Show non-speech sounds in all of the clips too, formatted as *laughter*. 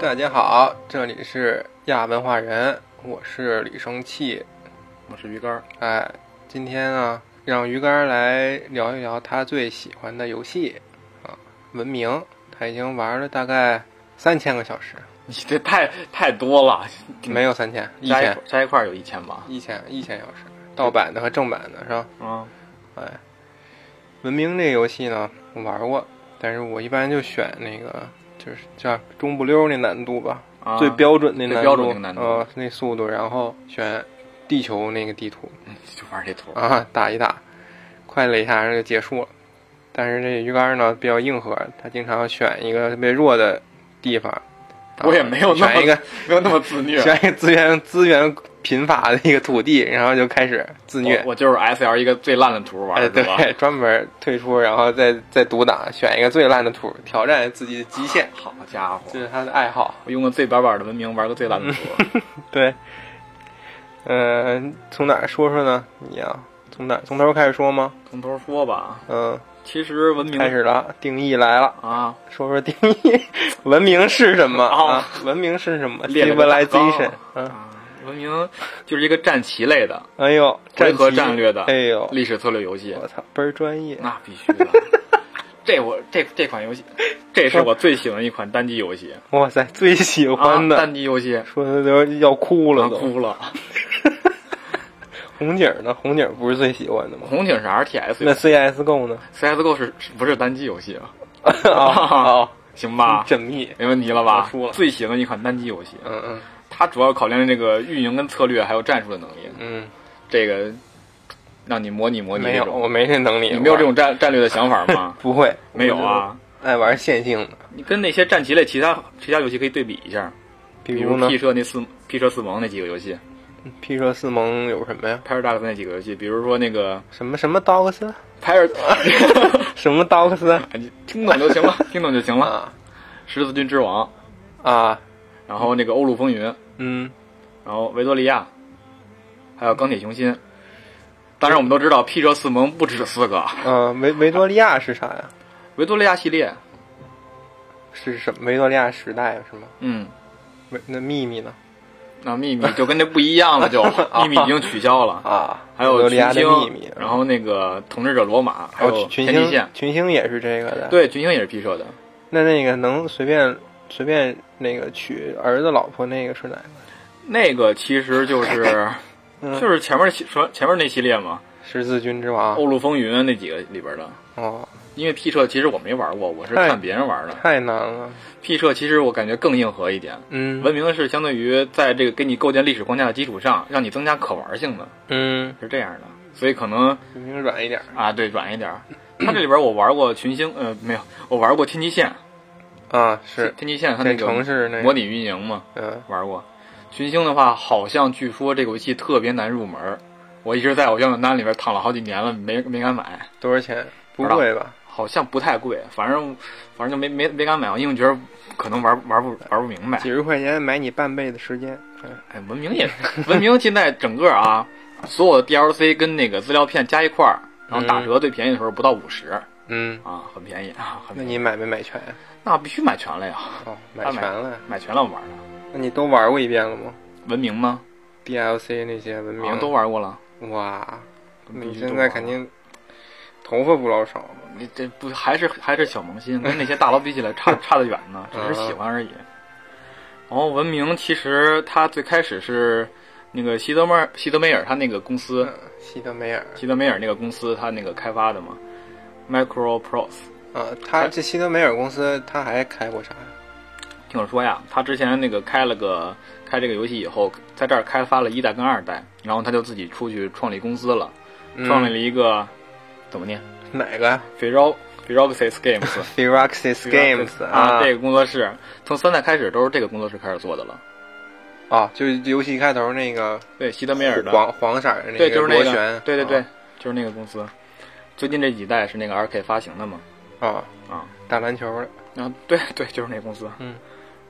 大家好，这里是亚文化人，我是李生气。我是鱼 *laughs* 竿儿。哎，今天啊，让鱼竿来聊一聊他最喜欢的游戏啊，《文明》，他已经玩了大概三千个小时，你这太太多了，没有三千，一加千一，加一块儿有一千吧？一千，一千小时，盗版的和正版的是吧？嗯，哎，《文明》这游戏呢，我玩过，但是我一般就选那个就是叫中不溜儿那难度吧，啊最 *laughs* 标准的最难度，标准那个难度呃，那速度，然后选地球那个地图就玩这图。啊，打一打，快了一下就结束了。但是这鱼竿呢比较硬核，它经常选一个特别弱的地方。啊我也没有那么选一个 *laughs* 没有那么自虐。选一个资源资源贫乏的一个土地，然后就开始 *laughs* 自虐我。我就是 S L 一个最烂的图哦玩哎，是吧？对，专门退出，然后再再独挡，选一个最烂的图，挑战自己的极限，好家伙，这是他的爱好。我用个最版本的文明玩个最烂 *laughs* 的图，对，嗯、从哪儿说说呢？你呀、从哪儿从头开始说吗？从头说吧。嗯，其实文明开始了，定义来了，啊，说说定义，文明是什么、 *laughs* 哦啊？文明是什么列了个大纲？Civilization，嗯、啊，文明就是一个战棋类的哎呦，回合棋战略的哎呦，历史策略游戏，我操，倍儿专业，那必须 *laughs* 的。这我这这款游戏，这是我最喜欢的一款单机游 *laughs* 戏，哇塞，最喜啊欢，的，单机游戏，说的都要哭了我都。哭了。红警呢？红警不是最喜欢的吗？红警是 R T S 那 CSGO 呢？ *laughs* CSGO 是是不是单机游戏啊？哦，行吧，缜密。没问题了吧我输了？最喜欢一款单机游戏，嗯嗯它主要考量这个运营跟策略还有战术的能力。嗯，这个让你模拟模拟没这有，种，我没这能力。你没有这我？种战战略的想法吗 *laughs* 不会，没有啊，我就爱玩线性的，你跟那些战棋类其他其他游戏可以对比一下，比比如呢如 P 社那四 P 社四盟那几个游戏，P 社四盟有什么呀？ ，Paradox 那几个游戏，比如说那个什么什么 Dogs， *laughs* Paradox，什么 Dogs 哎你听懂就行了，听懂就行了。啊十字军之王，啊，然后那个欧陆风云，嗯，然后维多利亚，还有钢铁雄心。当然，我们都知道 P 社四盟不止四个，呃，维维多利亚是啥呀？维多利亚系列，是什么？维多利亚时代是吗？嗯，维那秘密呢？那秘密就跟这不一样了 *laughs* 就，啊秘密已经取消了。 *laughs* 啊，还有维多利群亚的秘密星，，然后那个统治者罗马，还有哦群天际线星，，群星也是这个的。，对，群星也是 P 社的。那那个能随便随便那个娶儿子老婆那个是哪个？那个其实就是 *laughs* 嗯就是哦前面系说前面那系列嘛，十字军之王欧陆风云那几个里边的。哦，因为 P 社其实我没玩过，我是哎看别人玩的。太难了。 P 社其实我感觉更硬核一点，嗯文明是相对于在这个给你构建历史框架的基础上，让你增加可玩性的，嗯，是这样的。所以可能文明软一点啊，对，软一点儿。它这里边我玩过群星，呃，没有，我玩过天际线，啊， *laughs* 是天际线它那这城个市那模个拟运营嘛，嗯玩过。群星的话，好像据说这个游戏特别难入门儿，我一直在我愿望单里边躺了好几年了，没没敢买，多少钱？不不知道贵吧？好像不太贵，反正反正就没没没敢买，因为觉得可能玩玩不玩不明白。 *laughs* 几十块钱买你半辈子时间。嗯哎，文明也， *laughs* 文明现在整个啊，所有的 DLC 跟那个资料片加一块儿，然后打折最便宜的时候不到五十嗯，啊，很便宜啊，很那便宜。你买没买全？啊那必须买全了呀，哦，买全了。啊买全了玩的。那你都玩过一遍了吗文明吗？ ？DLC 那些文好明像啊都玩过了。哇，那必你须都现玩在肯定头发不老少了。你这不还是还是小萌新，跟那些大佬比起来 *laughs* 差差得远呢，只是喜欢而已。嗯然后文明其实它最开始是那个希德迈尔希德梅尔他那个公司，嗯，西德梅尔希德梅尔那个公司他那个开发的嘛，Micro Pros。啊，哎他这西德梅尔公司他还开过啥呀？听我说呀，他之前那个开了个开这个游戏以后，在这儿开发了一代跟二代，然后他就自己出去创立公司了，嗯创立了一个怎么念哪个 f e r o f e r o x i s Games f e r o x i s Games 啊，这个工作室从三代开始都是这个工作室开始做的了。啊，就是游戏开头那个对，希德梅尔的，黄黄色儿的那对，就是那螺个旋，，对对对，啊就是那个公司。最近这几代是那个 RK 发行的嘛？啊啊，打篮球的，然后嗯对对，就是那公司。嗯。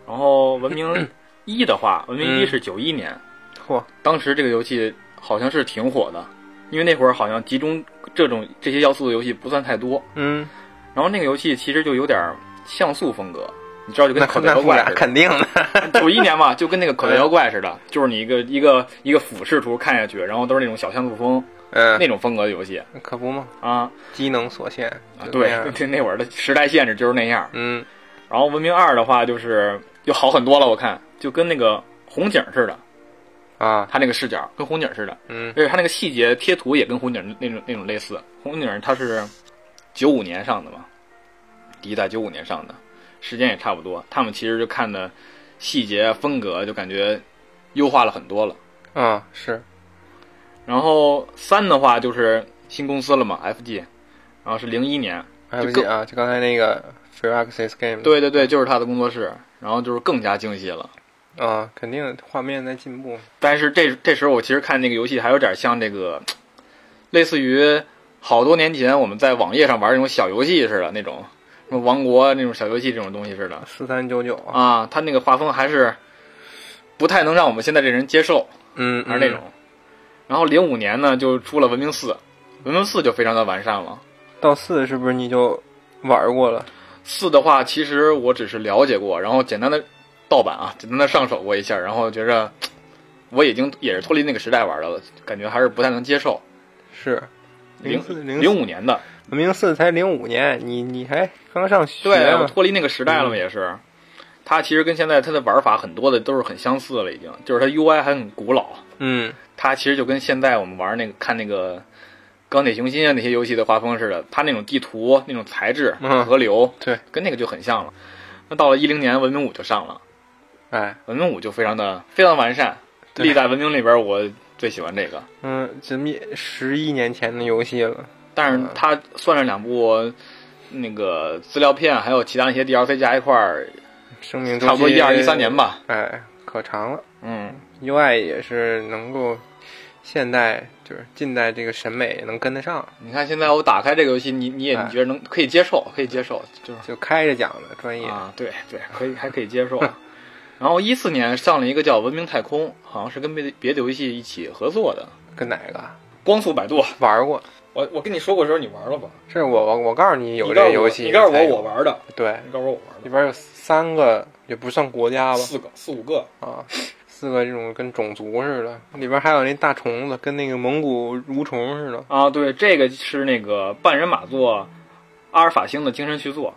然后文明一的话，文明一嗯是九一年，嚯，当时这个游戏好像是挺火的，因为那会儿好像集中这种这些要素的游戏不算太多。嗯然后那个游戏其实就有点像素风格，你知道就跟那口袋那妖不嗯怪然似的。肯定的，九一年嘛，就跟那个口袋妖怪似的，就是你一个一个一个俯视图看下去，然后都是那种小像素风那嗯，种风格的游戏可不嘛，啊机能所限，就啊！那对样， *laughs* 那那会儿的时代限制就是那样。嗯然后文明二的话就是就好很多了，我看就跟那个红警似的，啊，它那个视角跟红警似的，嗯而且它那个细节贴图也跟红警那种那种类似。红警它是九五年上的嘛，第一代九五年上的，时间也差不多。他们其实就看的细节风格，就感觉优化了很多了。啊是，然后三的话就是新公司了嘛，FG，然后是零一年，还不就记啊，就刚才那个 Free Access Game，对对对，就是他的工作室，然后就是更加精细了。啊，肯定画面在进步，但是这这时候我其实看那个游戏还有点像这个，类似于好多年前我们在网页上玩那种小游戏似的那种，什么王国那种小游戏这种东西似的四三九九，啊，它那个画风还是不太能让我们现在这人接受，嗯，还是那种。然后零五年呢就出了《文明四》，《文明四》就非常的完善了。嗯到四是不是你就玩过了？四的话，其实我只是了解过，然后简单的盗版啊，简单的上手过一下，然后觉着我已经也是脱离那个时代玩的了，感觉还是不太能接受。是零四零零五年的，文明四才零五年，你你还刚上学对，啊我嘛嗯脱离那个时代了嘛，也是。它其实跟现在它的玩法很多的都是很相似了，已经，就是它 UI 还很古老，嗯它其实就跟现在我们玩那个看那个《钢铁雄心》啊那些游戏的画风似的，它那种地图、那种材质、嗯河流，对，跟那个就很像了。那到了一零年，《文明五》就上了，哎《文明五》就非常的非常完善，对历代文明里边我最喜欢这个，嗯，怎么十一年前的游戏了？但是它算上两部那个资料片，还有其他那些 DLC 加一块儿，生命周期差不多一二一三年，吧。哎，可长了。嗯， UI 也是能够现代就是近代这个审美也能跟得上，你看现在我打开这个游戏，你你也哎你觉得能可以接受，可以接受，就就开着讲的专是业。啊，对对，可以还可以接受。 *laughs* 然后一四年上了一个叫《文明太空》，好像是跟别的别的游戏一起合作的，跟哪个光速百度。玩过？我我跟你说过的时候，你玩了吧？是我我我告诉你有这个游戏，你告诉我才你有告诉我我玩的，对你告诉我我玩里边有三个也不算国家的，吧四个四五个，啊。四个这种跟种族似的，里边还有那大虫子，跟那个蒙古蠕虫似的。啊，对，这个是那个半人马座阿尔法星的精神续作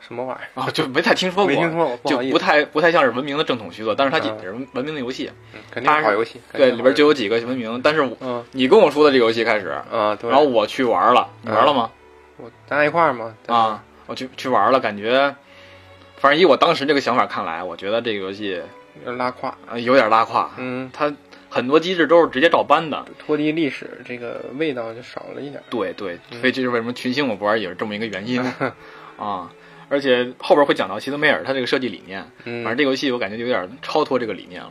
什么玩意儿？啊，就没太听说过，没听说过，不就好意不思。太不太像是文明的正统续作，但是它嗯也是文文明的游戏，啊嗯肯定是好游戏。肯定对，是好里边游戏就有几个文明，但是我嗯你跟我说的这游戏开始，啊，对。然后我去玩了，你玩了吗？我咱一块儿嘛。对，啊，我去去玩了，感觉，反正以我当时这个想法看来，我觉得这个游戏要拉胯。呃有点拉胯，嗯，它很多机制都是直接照搬的，脱离历史这个味道就少了一点儿。对对，嗯所以这是为什么群星我不玩也是这么一个 *laughs* 原因啊。而且后边会讲到希德梅尔他这个设计理念，嗯反，正这个游戏我感觉有点超脱这个理念了，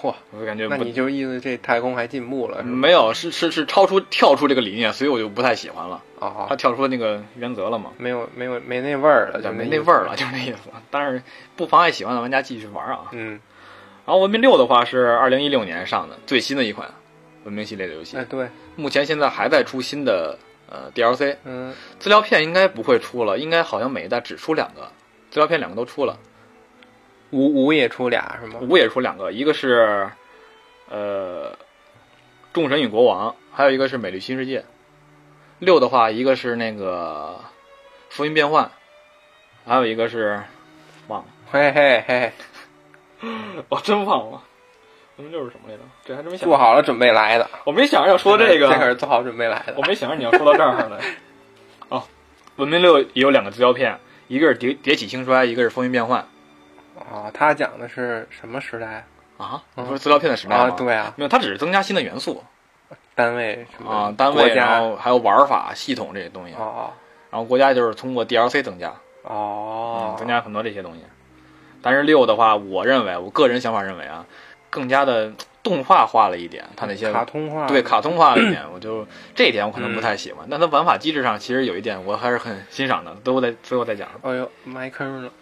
嚯，我就感觉那不你就意思这太空还进步了是吧？没有是是是超出跳出这个理念，所以我就不太喜欢了。他啊，跳出那个原则了嘛，没有没有没那味儿了，就没意呃那思味儿了，。就是那意思。 *laughs* 但是不妨碍喜欢的玩家继续玩啊。嗯，然后《文明六》的话是二零一六年上的最新的一款文明系列的游戏哎，对，目前现在还在出新的呃 DLC 嗯，资料片，应该不会出了，应该好像每一代只出两个资料片，两个都出了。五五也出俩是吗？五也出两个，一个是呃《众神与国王》，还有一个是《美丽新世界》。六的话，一个是那个《福音变幻》，还有一个是忘了，嘿嘿嘿， *laughs* 我真忘了。文明六是什么来着？这还真没做好了准备来的。我没想着要说这可是做好准备来的我。没想着你要说到这儿来。哦，文明六也有两个资料片，一个是迭迭起兴衰，一个是风云变幻啊，他讲的是什么时代啊。你说资料片的时代吗？啊？对啊，没有，它只是增加新的元素单位什啊么，单国位，然家后还有玩法、系统这些东西。哦然后国家就是通过 DLC 增加，嗯哦，增加很多这些东西。但是六的话，我认为我个人想法认为啊，更加的动画化了一点，它那些卡通化对卡通化了一 *clears throat* 点，我就这一点我可能嗯不太喜欢。但它玩法机制上其实有一点我还是很欣赏的，最后再最后再讲哎呦，埋坑了。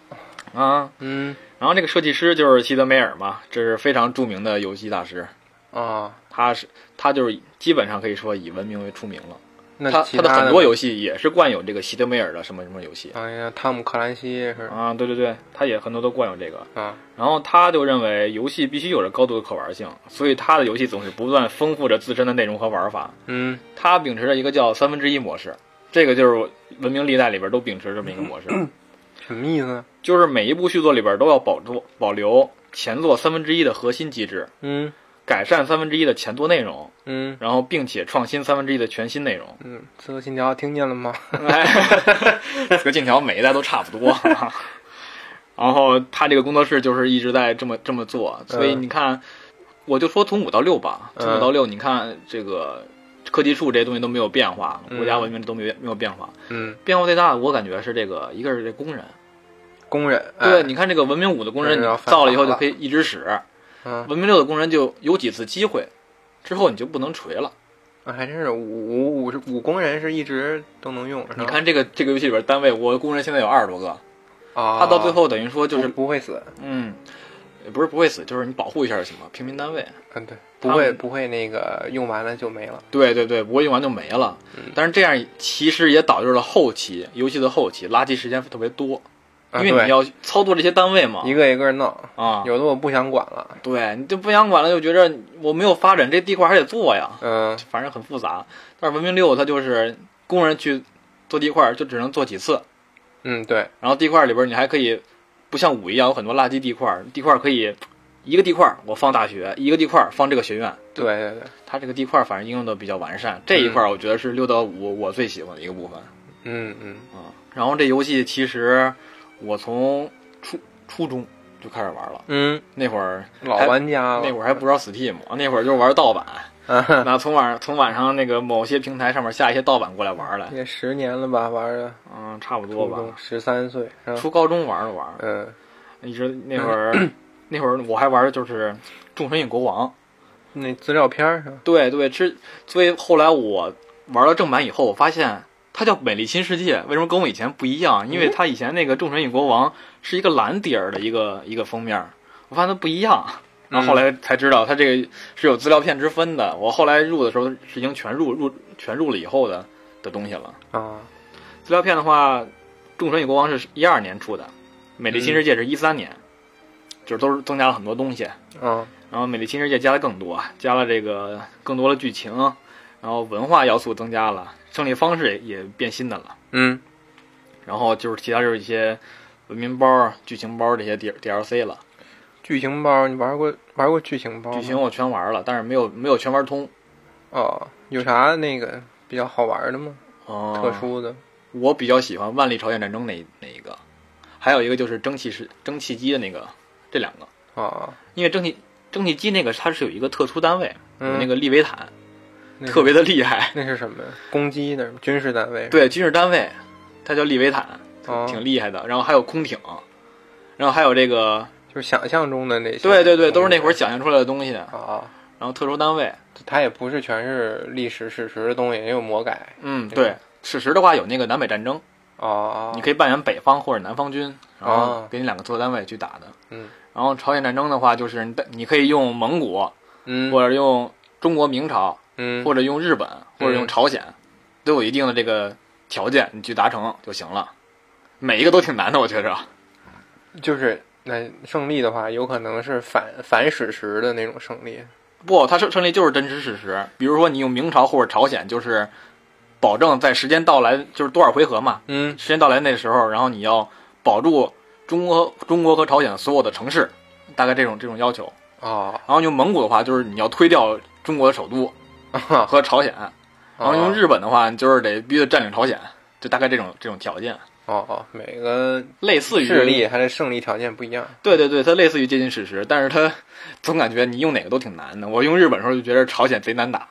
啊。嗯然后这个设计师就是希德梅尔嘛，这是非常著名的游戏大师，啊，他是他就是基本上可以说以文明为出名了。那他其他的他很的多呢游戏也是惯有这个席德梅尔的什么什么游戏啊，像汤姆克兰西是啊，对对对，他也很多都惯有这个。啊，然后他就认为游戏必须有着高度的可玩性，所以他的游戏总是不断丰富着自身的内容和玩法。嗯他秉持着一个叫三分之一模式，这个就是文明历代里边都秉持这么一个模式，嗯什么意思呢？就是每一部续作里边都要保住保留前作三分之一的核心机制，嗯改善三分之一的前作内容，嗯然后并且创新三分之一的全新内容。嗯，刺客信条听见了吗？哎，这个剑条每一代都差不多。 *laughs* 然后他这个工作室就是一直在这么这么做，所以嗯你看，我就说从五到六吧，从嗯五到六，你看这个科技树这些东西都没有变化，嗯国家文明都没有没有变化，嗯，变化最大的我感觉是这个，一个是这工人，工人对，哎你看这个文明五的工人，工你人要犯造了以后法就了可以一直使，嗯文明六的工人就有几次机会，之后你就不能锤了。啊还真是五五是五工人是一直都能用，是吧你看这个这个游戏里边单位，我工人现在有二十多个，嗯啊，他到最后等于说就是不不会死，嗯，也不是不会死，就是你保护一下就行了。平民单位，嗯对，他不会们不会那个用完了就没了，对对对，不会用完就没了嗯。但是这样其实也导致了后期游戏的后期垃圾时间特别多，因啊为对你要操作这些单位嘛一，个一个弄，啊，有的我不想管了，对，你就不想管了，就觉着我没有发展，这地块还得做呀，嗯反正很复杂。但是文明六它就是工人去做地块儿就只能做几次，嗯对，然后地块儿里边儿你还可以不像五一样有很多垃圾地块儿，地块儿可以一个地块儿我放大学，一个地块儿放这个学院。对对对，它这个地块儿反正应用的比较完善，这一块儿我觉得是六到五我最喜欢的一个部分啊、嗯嗯然后这游戏其实我从初初中就开始玩了，嗯，那会儿老还玩家那了，会儿还不知道 Steam，那会儿就是玩盗版，啊，那从晚从晚上那个某些平台上面下一些盗版过来玩来，也十年了吧，玩的嗯，差不多初吧中。十三岁是吧？初高中玩了玩，嗯，一直那会儿那会儿我还玩的就是《众神与国王》，那资料片儿是吧？对对，之所以后来我玩了正版以后，我发现它叫《美丽新世界》，为什么跟我以前不一样？因为它以前那个《众神与国王》是一个蓝底儿的一个一个封面儿，我发现它不一样。然嗯后后来才知道它这个是有资料片之分的。我后来入的时候是已经全入入全入了以后的的东西了。啊，资料片的话，《众神与国王》是一二年出的，《美丽新世界》是一三年，就是都是增加了很多东西。啊，然后《美丽新世界》加的更多，加了这个更多的剧情，然后文化要素增加了，胜利方式也也变新的了。嗯然后就是其他就是一些文明包、剧情包这些 D D L C 了。，剧情包你玩过玩过剧情包吗？剧情我全玩了，但是没有没有全玩通。哦，有啥那个比较好玩的吗？哦、特，殊的？我比较喜欢万历朝鲜战争那一那一个，还有一个就是蒸汽时蒸汽机的那个，这两个，啊，因为蒸汽蒸汽机那个它是有一个特殊单位，有嗯，那个利维坦，那特别的厉害。 *laughs* 那是什么呀？攻击的军事单位？，对，军事单位，它叫利维坦，哦挺厉害的。然后还有空挺，然后还有这个，就是想象中的那些。对对对，都是那会儿想象出来的东西。然啊，后特殊单位，它也不是全是历史史实的东西，也有魔改。嗯，对对。史实的话有那个南北战争，哦，你可以扮演北方或者南方军，然后哦给你两个作战单位去打的。嗯。然后朝鲜战争的话，就是你你可以用蒙古，嗯，或者用中国明朝，嗯，或者用日本，或者用嗯朝鲜，都有一定的这个条件，你去达成就行了。每一个都挺难的，我觉着。就是那胜利的话，有可能是反反史实的那种胜利。不，它胜胜利就是真实事实。比如说，你用明朝或者朝鲜，就是保证在时间到来，就是多少回合嘛，嗯时间到来那时候，然后你要保住中国、中国和朝鲜所有的城市，大概这种这种要求。哦， *laughs* 然后用蒙古的话，就是你要推掉中国的首都啊和朝鲜。哦然后用日本的话，你就是得必须得占领朝鲜，就大概这种这种条件，哦哦，每个类似于势力它的胜利条件不一样。对对对，它类似于接近史实，但是它总感觉你用哪个都挺难的。我用日本的时候就觉得朝鲜贼难打，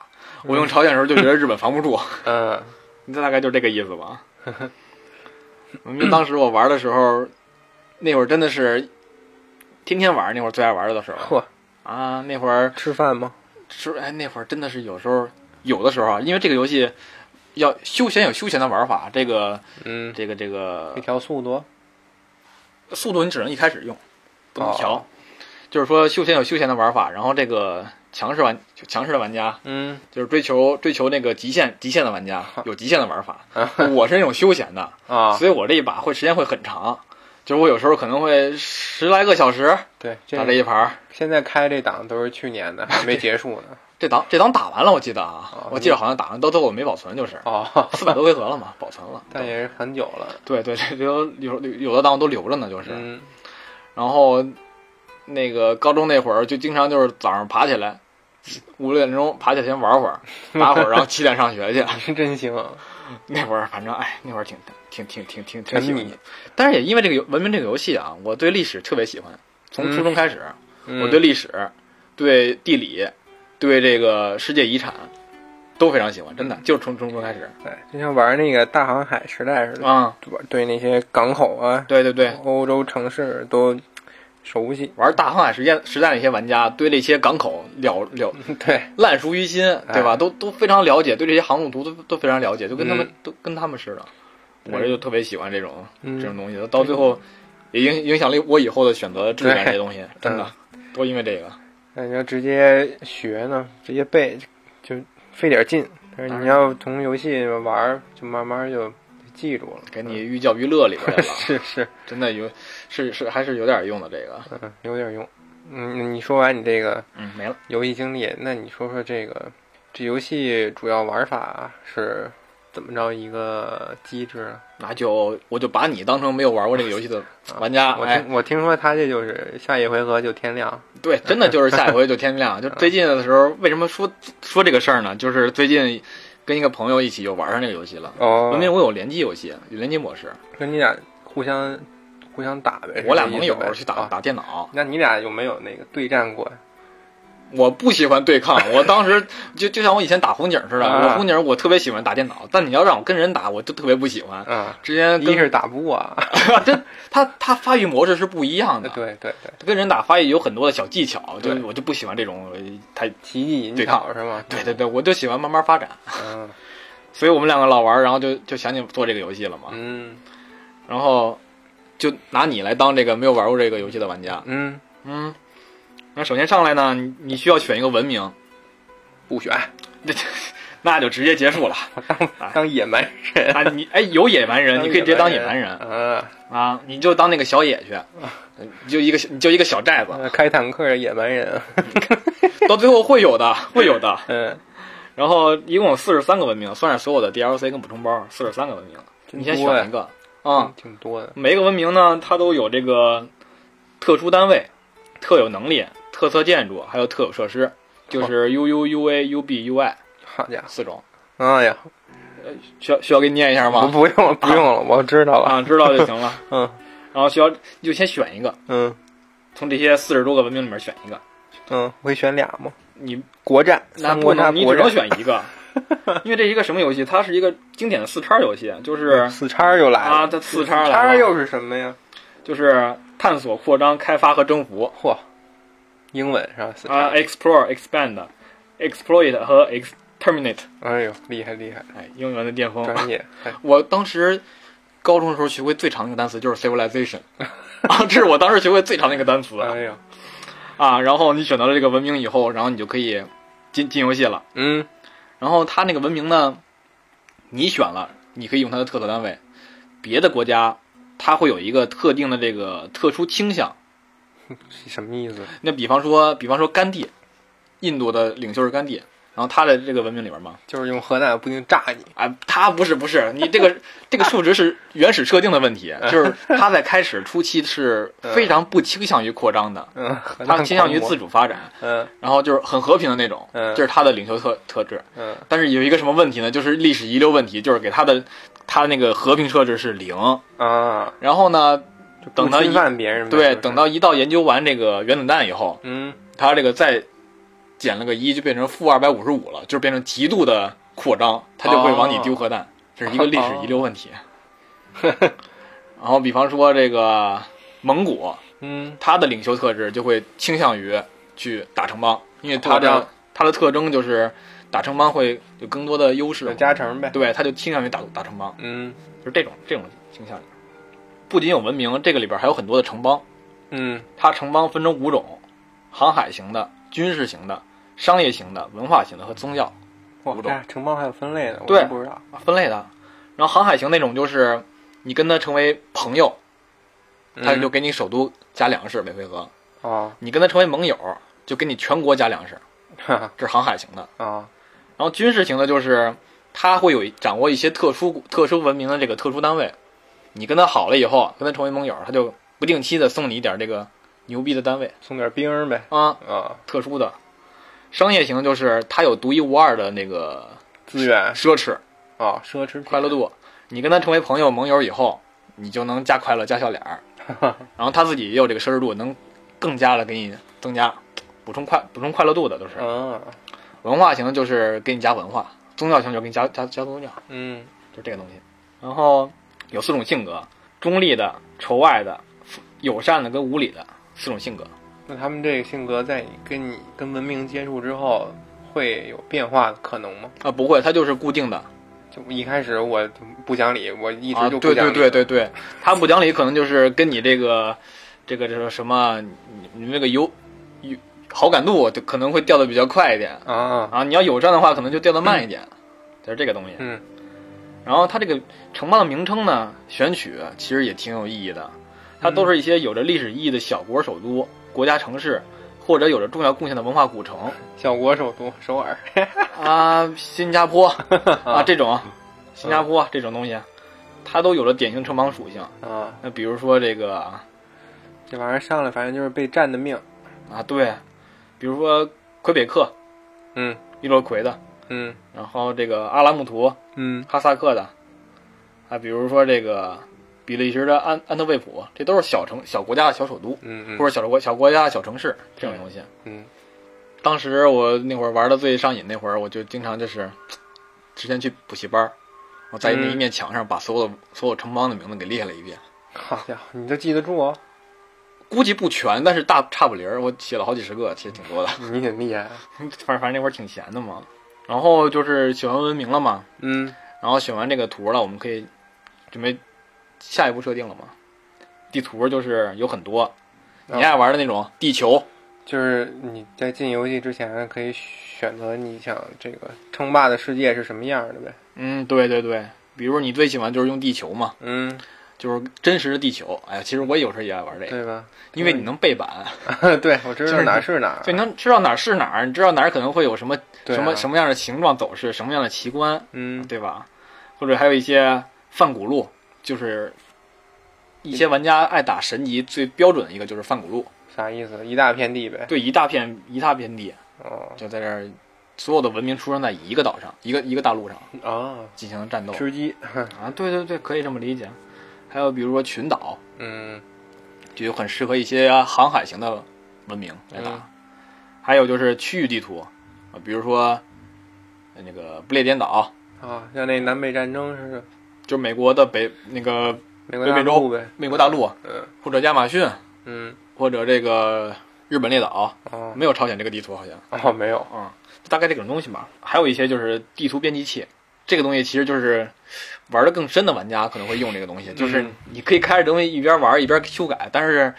我用朝鲜的时候就觉得日本防不住， *laughs* 嗯你这大概就是这个意思吧。因为当时我玩的时候，那会儿真的是天天玩，那会儿最爱玩的时候嚯，啊，那会儿吃饭吗？是哎，那会儿真的是有时候有的时候啊，因为这个游戏要休闲有休闲的玩法，这个嗯，这个这个一条速度。速度你只能一开始用，不能哦调。就是说休闲有休闲的玩法，然后这个强势玩就强势的玩家，嗯就是追求追求那个极限极限的玩家，有极限的玩法。我是那种休闲的，啊，所以我这一把会时间会很长，就是我有时候可能会十来个小时对，打这这一盘儿。现在开这档都是去年的，还没结束呢。这档这档打完了，我记得啊哦，我记得好像打完都都我没保存，就是哦，四百多回合了嘛，保 *laughs* 存了。但也是很久了。对对，这这都有有的档都留着呢，就是。嗯然后那个高中那会儿就经常就是早上爬起来，五六点钟爬起来先玩会儿，玩会儿，然后七点上学去。 *laughs* 真行啊，那会儿反正哎，那会儿挺挺挺挺挺挺沉喜迷欢的。但是也因为这个游文明这个游戏啊，我对历史特别喜欢。从初中开始，我对嗯历史、对地理、对这个世界遗产都非常喜欢，真的，就是从初中开始哎，就像玩那个大航海时代似的，啊、对那些港口啊、对对对，欧洲城市都熟悉。玩大航海时代时代那些玩家对这些港口了了 *laughs* 对，烂熟于心，对吧？哎都都非常了解，对这些航路图都都非常了解，就跟他们、嗯都跟他们似的。对我这就特别喜欢这种、嗯这种东西，到最后也影影响了我以后的选择质感对嗯这些东西，真的、 *laughs* 都因为这个。那你要直接学呢，直接背就费点劲，但是你要从游戏玩儿，就慢慢就记住了。给你寓教于乐里边来了，是是，真的有是是还是有点用的这个，嗯，有点用。嗯，你说完你这个嗯，没了。游戏经历，那你说说这个这游戏主要玩法是怎么着一个机制啊？那就我就把你当成没有玩过这个游戏的玩家，我哎，听我听说他这就是下一回合就天亮，对，真的就是下一回就 *laughs* 天亮。嗯就最近的时候，为什么说说这个事儿呢？就是最近跟一个朋友一起又玩上这个游戏了。哦因为我有联机游戏，有联机模式，那你俩互相互相打呗？我俩哎是这盟意思友呗去打、啊打电脑，那你俩有没有那个对战过呀？我不喜欢对抗，我当时就就像我以前打红警似的，啊我红警我特别喜欢打电脑，但你要让我跟人打，我就特别不喜欢。啊，之前一跟是打不过啊， *laughs* 真他他发育模式是不一样的，哎对对对，跟人打发育有很多的小技巧，就对嗯我就不喜欢这种呃太。奇技淫对巧抗是吗？对对对，我就喜欢慢慢发展，嗯所以我们两个老玩儿，然后就就想起做这个游戏了嘛，嗯然后就拿你来当这个没有玩过这个游戏的玩家，嗯，嗯，那首先上来呢，你你需要选一个文明，不选，那就直接结 *laughs* 束了。当野蛮人，啊，你哎有野蛮人，你可以直接当野蛮人啊，啊，你就当那个小野去，你就一个你就一个小寨子，呃开坦克的野蛮人，到最后会有的，会有的。嗯，然后一共有四十三个文明，算是所有的 DLC 跟补充包，四十三个文明，真你先多呀嗯选一个啊、挺挺多的，每个文明呢，它都有这个特殊单位、特有能力、特色建筑，还有特有设施，哦就是 U U U A U B U I 好家四种。伙，哎呀，需要需要给你念一下我吗？不用了不用了，我知道了，啊，知道就行了。 *laughs* 嗯然后需要你就先选一个，嗯从这些四十多个文明里面选一个。嗯，我可以选俩吗？你国战，那三不国杀能，你国只能战，选 *laughs* 一个，因为这是一个什么游戏？它是一个经典的四叉游戏，就是四叉又来啊，了，它四四叉来叉了又是什么呀？就是探索、扩张、开发和征服嚯，英文是吧？四啊叉， ，explore、expand、exploit 和 exterminate，哎呦，厉害厉害，哎，英文的巅峰。专业，哎 *laughs* 我当时高中的时候学会最长的一个单词就 *laughs* 是 civilization，啊，这是我当时学会最长的一个单词哎呦，啊。然后你选到了这个文明以后，然后你就可以进进游戏了。嗯然后它那个文明呢，你选了，你可以用它的特色单位，别的国家它会有一个特定的这个特殊倾向。什么意思？那比方说，比方说甘地，印度的领袖是甘地，然后他的这个文明里边嘛，就是用核弹不定炸你。啊，他不是不是，你这个 *laughs* 这个数值是原始设定的问题，就是他在开始初期是非常不倾向于扩张的，嗯，核弹他倾向于狂自主发展，魔。嗯然后就是很和平的那种，嗯这是他的领袖特特质。嗯但是有一个什么问题呢？就是历史遗留问题，就是给他的他那个和平设置是零，啊，然后呢，就不等到一侵犯别人呗。对，就是等到一到研究完这个原子弹以后，嗯它这个再减了个一，就变成负二百五十五了，就变成极度的扩张，它就会往你丢核啊弹，这是一个历史遗留问题。 *laughs* 然后，比方说这个呃蒙古，嗯它的领袖特质就会倾向于去打城邦，因为它扩张的它的特征就是打城邦会有更多的优有势，加成呗。对，它就倾向于打打城邦，嗯就是这种这种倾向。不仅有文明，这个里边还有很多的城邦，嗯它城邦分成五种：航海型的、军事型的、商业型的、文化型的和宗教哇五，种哎城邦还有分类呢，我对都不知道。啊分类的。然后航海型那种就是你跟他成为朋友，他就嗯给你首都加粮食每回合；哦，你跟他成为盟友，就给你全国加粮食。哈哈这是航海型的。啊，然后军事型的就是他会有一掌握一些特殊特殊文明的这个特殊单位，你跟他好了以后，跟他成为盟友，他就不定期的送你一点这个牛逼的单位送点兵儿呗。啊，啊，特殊的。商业型就是他有独一无二的那个资源奢侈啊，奢侈品快乐度，你跟他成为朋友盟友以后，你就能加快乐加笑脸儿，然后他自己也有这个奢侈度，能更加的给你增加补充快补充快乐度的都是。啊，文化型就是给你加文化，宗教型就是给你加加加宗教，嗯就是这个东西。然后有四种性格：中立的、仇外的、友善的跟无理的四种性格。那他们这个性格在你跟你跟文明接触之后，会有变化的可能吗？啊，不会，它就是固定的就一开始我不讲理，我一啊，直就不对讲理。对对对 *laughs* 对，它不讲理可能就是跟你这个这个这个什么，你你那个友友好感度就可能会掉的比较快一点啊，啊，你要友善的话可能就掉的慢一点，就是这个东西。嗯然后它这个城邦的名称呢，选取其实也挺有意义的，它都是一些有着历史意义的小国首都、国家城市，或者有着重要贡献的文化古城小国首都首尔，啊，新加坡啊这种，新加坡这种东西，它都有了典型城邦属性。啊，那比如说这个啊，这玩意儿上来反正就是被占的命。啊对，比如说魁北克，嗯伊洛魁的，嗯然后这个阿拉木图、嗯哈萨克的，啊，比如说这个比利时的安安特卫普，这都是小城、小国家的小首都。嗯或嗯者小国小国家、小城市这种东西。嗯，当时我那会儿玩的最上瘾，那会儿我就经常就是，之前去补习班儿，我在那嗯一面墙上把所有的、所有城邦的名字给列了一遍，好家伙，你都记得住哦，估计不全，但是大差不离儿，我写了好几十个，其实挺多的。 *laughs* 你挺厉害。啊反正反正那会儿挺闲的嘛。然后就是选完文明了嘛，嗯然后选完这个图了，我们可以准备下一步设定了嘛。地图就是有很多，啊你爱玩的那种地球，，就是你在进游戏之前可以选择你想这个称霸的世界是什么样的呗。嗯，对对对，比如你最喜欢就是用地球嘛，嗯，就是真实的地球。哎呀，其实我有时候也爱玩这个，对吧？ *laughs* 因为你能背板，对，我知道哪儿是哪儿啊就。你能知道哪儿是哪儿，你知道哪儿可能会有什么、对啊什么什么样的形状、走势，什么样的奇观，嗯对吧？或者还有一些泛古路，就是一些玩家爱打神级最标准的一个就是泛古路，啥意思？一大片地呗。对，一大片一大片地哦就在这儿，所有的文明出生在一个岛上，一个一个大陆上啊，进行战斗吃鸡。啊，对对对，可以这么理解。还有比如说群岛，嗯就很适合一些航海型的文明来打。嗯还有就是区域地图，啊，比如说呃那个不列颠岛，啊，像那南北战争似的，就是美国的北那个美国大陆呗。美国大陆，嗯或者亚马逊，嗯或者这个日本列岛，哦没有朝鲜这个地图好像，哦没有嗯，大概这种东西吧。还有一些就是地图编辑器。这个东西其实就是玩的更深的玩家可能会用这个东西，就是嗯你可以开着东西一边玩一边修改，但是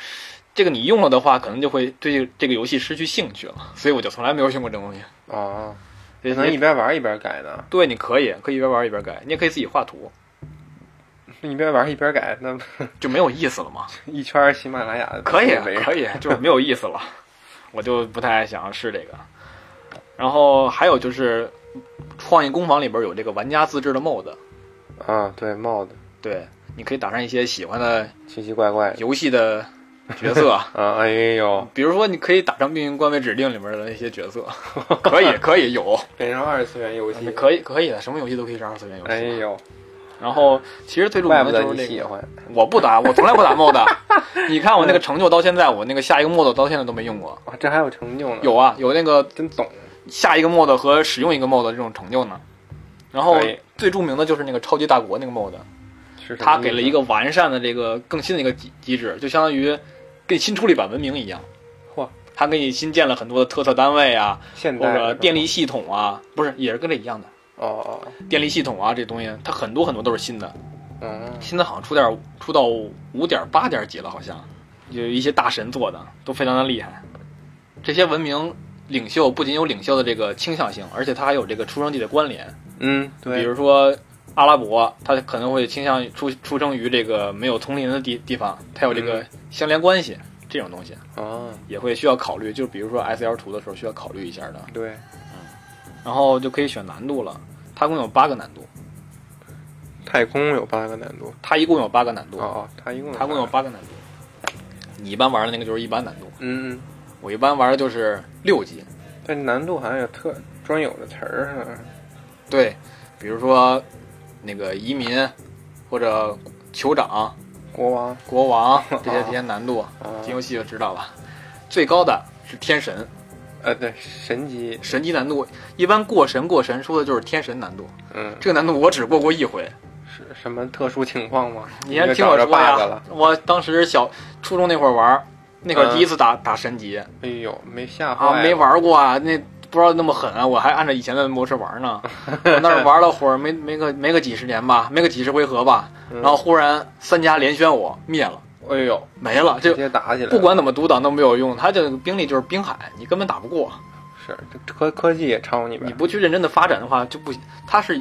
这个你用了的话，可能就会对这个游戏失去兴趣了。所以我就从来没有用过这个东西。哦，对能一你边玩一边改呢？对，你可以可以一边玩一边改，你也可以自己画图，一边玩一边改，那 *laughs* 就没有意思了嘛。一圈喜马拉雅的可以啊围着可以，就是没有意思了，我就不太想要试这个。然后还有就是，创意工坊里边有这个玩家自制的 mod，啊，对帽子对，你可以打上一些喜欢的 *laughs* 奇奇怪怪的，游戏 *laughs* 的角色啊，哎呦，比如说你可以打上命运官位指定里面的那些角色， *laughs* 可以可以有，变成二次元游戏， *laughs* 可以可以的，什么游戏都可以是二次元游戏。哎呦，然后其实最著怪名不的得就是你那喜个，欢我不打，我从来不打 mod，你啊 *laughs* 看我那个成就到现在，我那个下一个 mod 到现在都没用过。哇，这还有成就呢，有啊，有那个真懂，下一个 mod 和使用一个 mod 这种成就呢。然后可以最著名的就是那个超级大国那个 mod，是它给了一个完善的这个更新的一个机机制，就相当于给你新出了一版文明一样。嚯！它给你新建了很多的特色单位啊，现或代者的电力系统啊，不是也是跟这一样的哦哦，电力系统啊，这东西它很多很多都是新的，嗯，新的好像出点出到五点八点几了，好像有一些大神做的都非常的厉害。这些文明领袖不仅有领袖的这个倾向性，而且它还有这个出生地的关联。嗯，对，比如说阿拉伯，它可能会倾向于出出生于这个没有丛林的地地方，它有这嗯个相连关系、这种东西啊，也会需要考虑。就比如说 S L 图的时候需要考虑一下的，对，然后就可以选难度了。它共有八个难度，太空有八个难度，它一共有八个难度，哦哦，它一共它共有有八个，八个难度。你一般玩的那个就是一般难度，嗯，我一般玩的就是六级。嗯但难度好像有特专有的词儿啊，对，比如说那个移民或者酋长、国王国王这些这些难度，啊，金游戏就知道了。最高的是天神，呃，对，神级，神级难度一般过神过神说的就是天神难度。嗯，这个难度我只过过一回，是什么特殊情况吗？你先听找我着说 bug 呀了，。我当时小初中那会儿玩儿，那会儿第一次打、打神级哎呦，没吓坏啊，没玩过啊，那不知道那么狠啊，我还按照以前的模式玩 *laughs* 呢。我那儿玩了会儿，没没个没个几十年吧，没个几十回合吧，嗯然后忽然三家连宣我灭了。哎呦，没了，直就接打起来了，不管怎么阻挡都没有用，他这个兵力就是冰海，你根本打不过。是这科科技也超你呗你，不去认真的发展的话，就不行。他是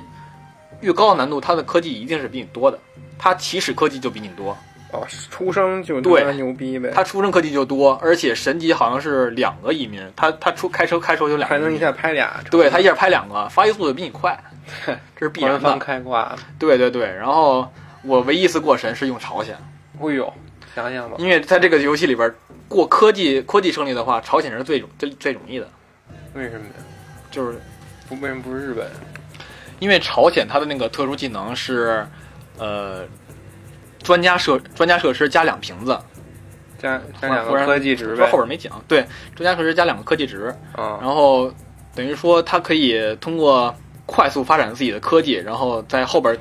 越高的难度，他的科技一定是比你多的，他起始科技就比你多，哦，出生就他对妈牛逼呗，他出生科技就多，而且神级好像是两个移民，他他出开车开车就两个还移民，能一下拍俩，对他一下拍两个，发育速度比你快，这是必官然方的。开挂，对对对，然后我唯一一次过神是用朝鲜，哎呦，想想吧，因为在这个游戏里边过科技科技胜利的话，朝鲜是最最最容易的，为什么呀？就是不，为什么不是日本？因为朝鲜它的那个特殊技能是，呃，专家设专家设施加两瓶子，加加忽两啊忽个然科技值说呗后，边没讲，对，专家设施加两个科技值，啊，然后等于说它可以通过快速发展自己的科技，然后在后边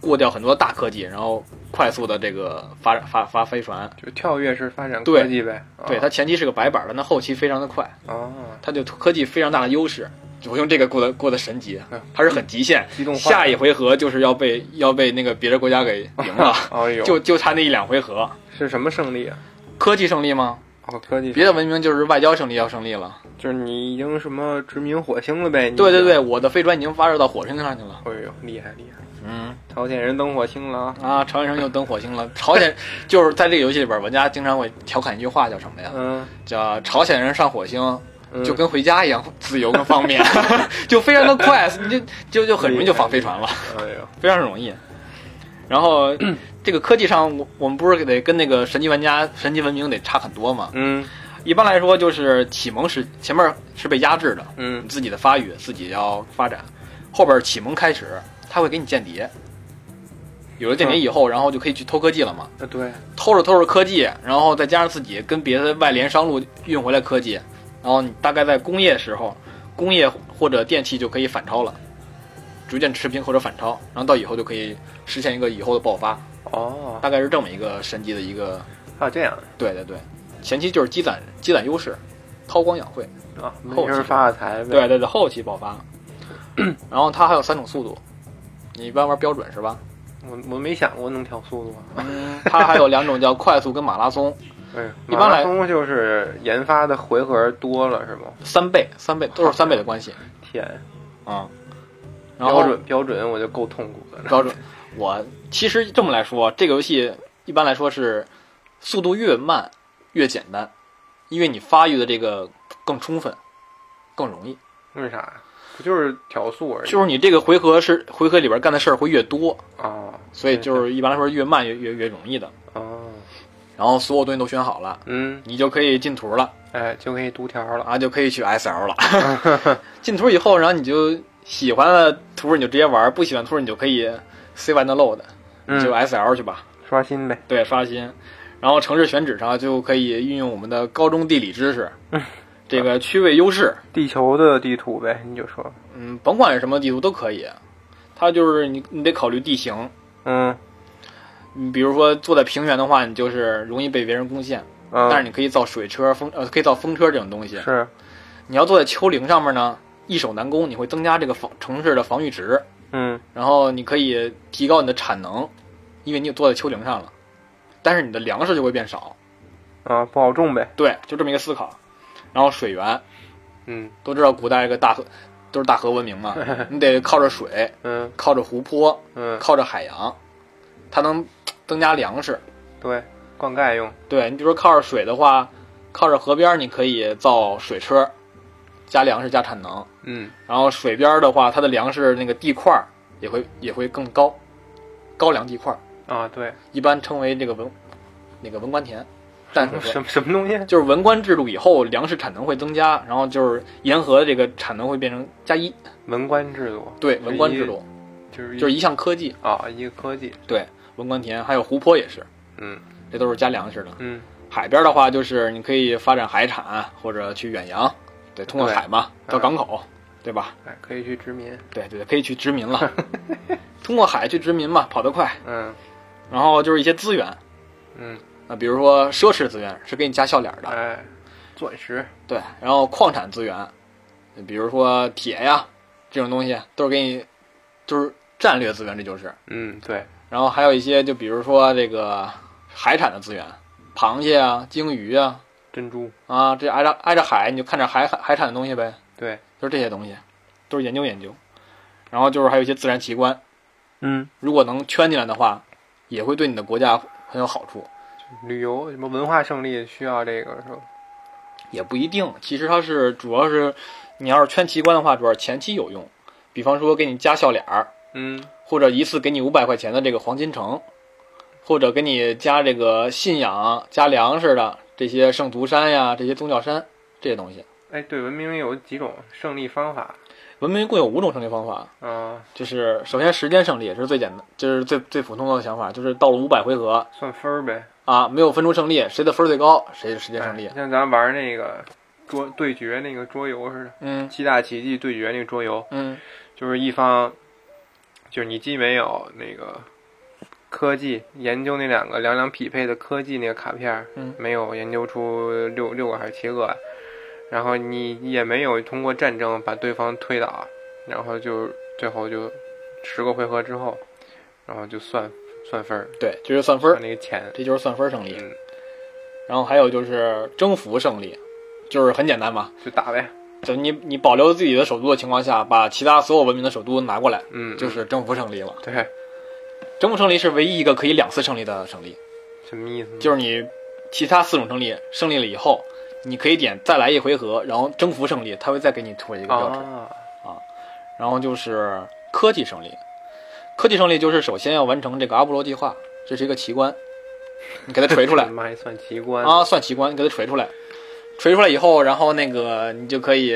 过掉很多大科技，然后快速的这个发展发发飞船。就跳跃式发展对科技呗，啊对，它前期是个白板的，那后期非常的快，啊，它就科技非常大的优势。我用这个过的过的神级嗯，它是很极限。机动化，下一回合就是要被要被那个别的国家给赢了，哎呦，就就差那一两回合，是什么胜利啊？科技胜利吗？哦，科技别的文明就是外交胜利要胜利了。就是你已经什么殖民火星了呗？你对对已对，我的飞船已经发射到火星上去了。经，哎呦，厉害厉害，嗯朝鲜人登火星了啊！啊，朝鲜人又登火星了。朝鲜就是在这个游戏里边，玩家经常会调侃一句话叫什么呀？嗯，叫朝鲜人上火星嗯就跟回家一样自由跟方便，就非常的快，你就就就很容易就放飞船了，哎呦，非常容易。然后这个科技上，我我们不是得跟那个神级玩家、神级文明得差很多吗？嗯一般来说，就是启蒙时前面是被压制的，嗯你自己的发育，自己要发展。后边启蒙开始，他会给你间谍。有了间谍以后，然后就可以去偷科技了嘛。啊，对，偷着偷着科技，然后再加上自己跟别的外联商路运回来科技，然后你大概在工业时候，工业或者电器就可以反超了，逐渐持平或者反超，然后到以后就可以实现一个以后的爆发，哦，大概是这么一个神级的一个。还有这样对对对，前期就是积攒积攒优势，韬光养晦。啊，没后期事发发财呗。对对对，后期爆发。 *clears throat* 然后它还有三种速度，你一般玩标准是吧？我我没想过能调速度啊。嗯，它还有两种叫快速跟马拉松，哎呦，一般马拉来松就是研发的回合多了是吗？三倍三倍都是三倍的关系天，啊、然后标准标准我就够痛苦的了。标准，我其实这么来说，这个游戏一般来说是速度越慢越简单，因为你发育的这个更充分，更容易。为啥呀？不就是调速而已就是你这个回合是回合里边干的事儿会越多，啊？所以就是一般来说越慢越越越容易的。哦，然后所有东西都选好了，嗯，你就可以进图了哎，就可以读条了。啊，就可以去 S L 了。进图以后，然后你就喜欢的图你就直接玩，不喜欢图你就可以 C 完的 load，嗯就 S L 去吧。刷新呗。对，刷新。然后城市选址上就可以运用我们的高中地理知识，这个区位优势，地球的地图呗，你就说，嗯，甭管是什么地图都可以。它就是你，你得考虑地形。嗯你比如说坐在平原的话，你就是容易被别人攻陷，嗯，但是你可以造水车、风呃，可以造风车这种东西。是，你要坐在丘陵上面呢，易守难攻，你会增加这个防城市的防御值，嗯然后你可以提高你的产能，因为你坐在丘陵上了，但是你的粮食就会变少。啊，不好种呗。对，就这么一个思考。然后水源，嗯都知道古代这个大河都是大河文明嘛，你得靠着水，嗯靠着湖泊，嗯，靠着海洋，它能增加粮食。对，灌溉用，对你比如说靠着水的话，靠着河边儿你可以造水车，加粮食加产能。嗯然后水边儿的话，它的粮食那个地块儿也会也会更高，高粱地块儿啊，对，一般称为这个文那个文官田。但什么是什么什么东西？就是文官制度以后，粮食产能会增加，然后就是沿河的这个产能会变成加一。文官制度，对，文官制度就是就是一一项科技，啊，一个科技，文官田还有湖泊也是，嗯这都是加粮食的。嗯海边的话，就是你可以发展海产或者去远洋，对，通过对海嘛，嗯到港口，对吧？哎，可以去殖民，对对对，可以去殖民 *laughs* 了，通过海去殖民嘛，跑得快。嗯然后就是一些资源，嗯，那比如说奢侈资源是给你加笑脸的，哎，钻石，对，然后矿产资源，比如说铁呀这种东西，都是给你，就是战略资源，这就是。嗯，对，然后还有一些，就比如说这个海产的资源，螃蟹啊、鲸鱼啊，珍珠，啊，这挨着挨着海，你就看着海海海产的东西呗，对，就是这些东西，都是研究研究。然后就是还有一些自然奇观，嗯，如果能圈进来的话，也会对你的国家很有好处。旅游什么文化胜利需要这个是吧？也不一定，其实它是主要是，你要是圈奇观的话，主要是前期有用，比方说给你加笑脸儿，嗯或者一次给你五百块钱的这个黄金城，或者给你加这个信仰、加粮食的这些圣徒山呀、这些宗教山这些东西。哎，对，文明有几种胜利方法文明一共有五种胜利方法，啊？就是首先时间胜利也是最简单，就是最最普通的想法，就是到了五百回合算分儿呗，啊，没有分出胜利，谁的分儿最高，谁是时间胜利哎。像咱玩那个桌对决那个桌游似的，嗯七大奇迹对决那个桌游，嗯就是一方，就是你既没有那个科技研究那两个两两匹配的科技那个卡片，嗯，没有研究出六六个还是七个，然后你也没有通过战争把对方推倒，然后就最后就十个回合之后，然后就算算分儿，对，就是算分儿算，那个钱，这就是算分儿胜利。嗯，然后还有就是征服胜利，就是很简单嘛，就打呗，就你你保留自己的首都的情况下，把其他所有文明的首都拿过来，嗯，就是征服胜利了。对，征服胜利是唯一一个可以两次胜利的胜利，什么意思呢？就是你其他四种胜利胜利了以后，你可以点再来一回合，然后征服胜利，它会再给你推一个标志。啊，然后就是科技胜利，科技胜利就是首先要完成这个阿波罗计划，这是一个奇观，你给它锤出来他。妈还算奇观，啊，算奇观，你给它锤出来，锤出来以后，然后那个你就可以，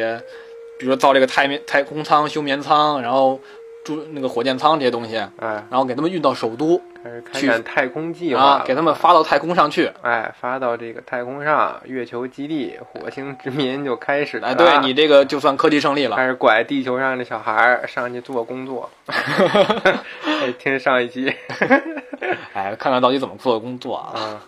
比如说造这个太眠太空舱、休眠舱，然后住那个火箭舱这些东西，然哎，后给他们运到首都开始开展太空计划啊了，给他们发到太空上去。哎，发到这个太空上，月球基地、火星殖民就开始了。啊哎，对你这个就算科技胜利了。开始拐地球上的小孩儿上去做工 *laughs* 作。哎，听上一集哎，看看到底怎么做的工作 *laughs* 啊，啊，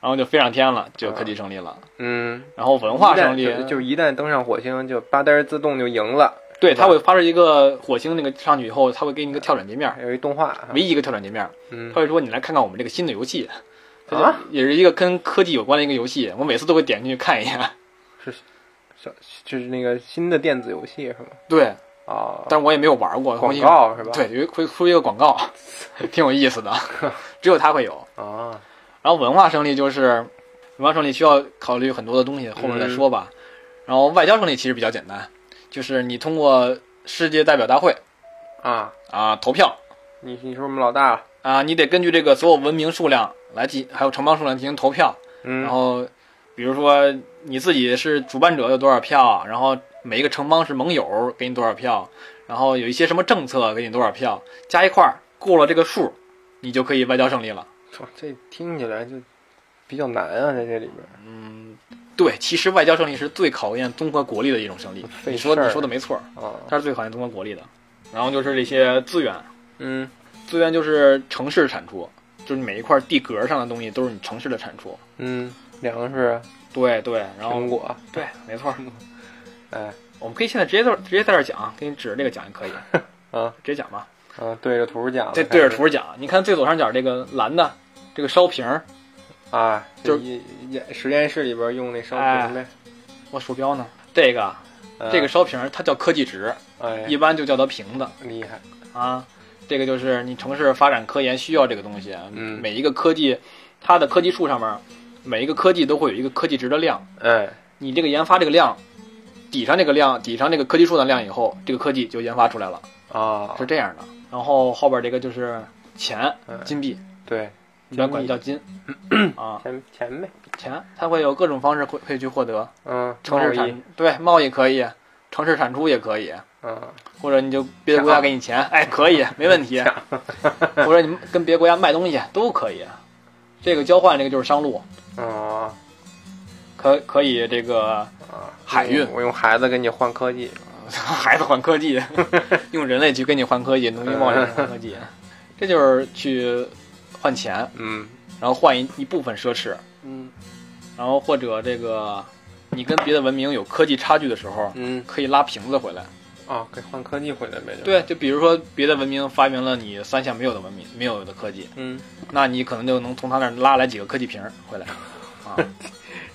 然后就飞上天了，就科技胜利了。嗯，然后文化胜利一，旦就就一旦登上火星，就吧嗒儿自动就赢了。对，是吧它会发射一个火星那个上去以后，它会给你一个跳转界面，有一动画，啊唯一一个跳转界面。嗯他会说：“你来看看我们这个新的游戏，它啊就也是一个跟科技有关的一个游戏，我每次都会点进去看一下。小就是那个新的电子游戏是吗？对，哦，但是我也没有玩过。我广也告是吧？对，有一会出一个广告， *laughs* 挺有意 *laughs* 思的，只有他会有。啊，然后文化胜利就是文化胜利需要考虑很多的东西，后面再说嗯吧。然后外交胜利其实比较简单，就是你通过世界代表大会啊，啊投票你你是我们老大了，啊，你得根据这个所有文明数量来进，还有城邦数量进行投票。嗯然，后比如说你自己是主办者有多少票，然后每一个城邦是盟友给你多少票，然后有一些什么政策给你多少票，加一块儿过了这个数，你就可以外交胜利了。哇这听起来就比较难啊，在这里边儿。嗯，对，其实外交胜利是最考验综合国力的一种胜利。费你说事儿你说的没错儿，啊，它是最考验综合国力的。然后就是这些资源，嗯资源就是城市产出，就是每一块地格上的东西都是你城市的产出。嗯，粮食、对对，然后苹果，对，没错儿。哎我们可以现在直接在直接在这儿讲，给你指着这个讲也可以， *laughs* 啊直接讲吧。啊，对着图讲，这对着图讲，你看最左上角这个蓝的这个烧瓶儿，啊，就一一实验室里边用那烧瓶呗，我鼠标呢？这个嗯这个烧瓶儿它叫科技值，哎一般就叫它瓶子厉害，啊。这个就是你城市发展科研需要这个东西，啊嗯每一个科技它的科技树上面，每一个科技都会有一个科技值的量。哎你这个研发这个量，抵上这个量，抵上这个科技树的量以后，这个科技就研发出来了，啊是，这样的。然后后边这个就是钱，嗯金币，对，一般管它叫金啊，钱钱呗，钱，它会有各种方式可可以去获得，嗯，城市贸易，产对贸易可以，城市产出也可以，嗯，或者你就别的国家给你钱，哎，可以，没问题。或者你跟别的国家卖东西都可以，这个交换这个就是商路，哦，可可以这个啊海运我用孩子跟你换科技，孩子换科技，用人类去跟你换科技，农民贸易换科技，这就是去换钱，嗯然后换一一部分奢侈，嗯然后或者这个你跟别的文明有科技差距的时候，嗯，可以拉瓶子回来。哦，给换科技回来呗，就，对，就比如说别的文明发明了你三项没有的文明没有的科技，嗯，那你可能就能从他那儿拉来几个科技瓶儿回来。啊，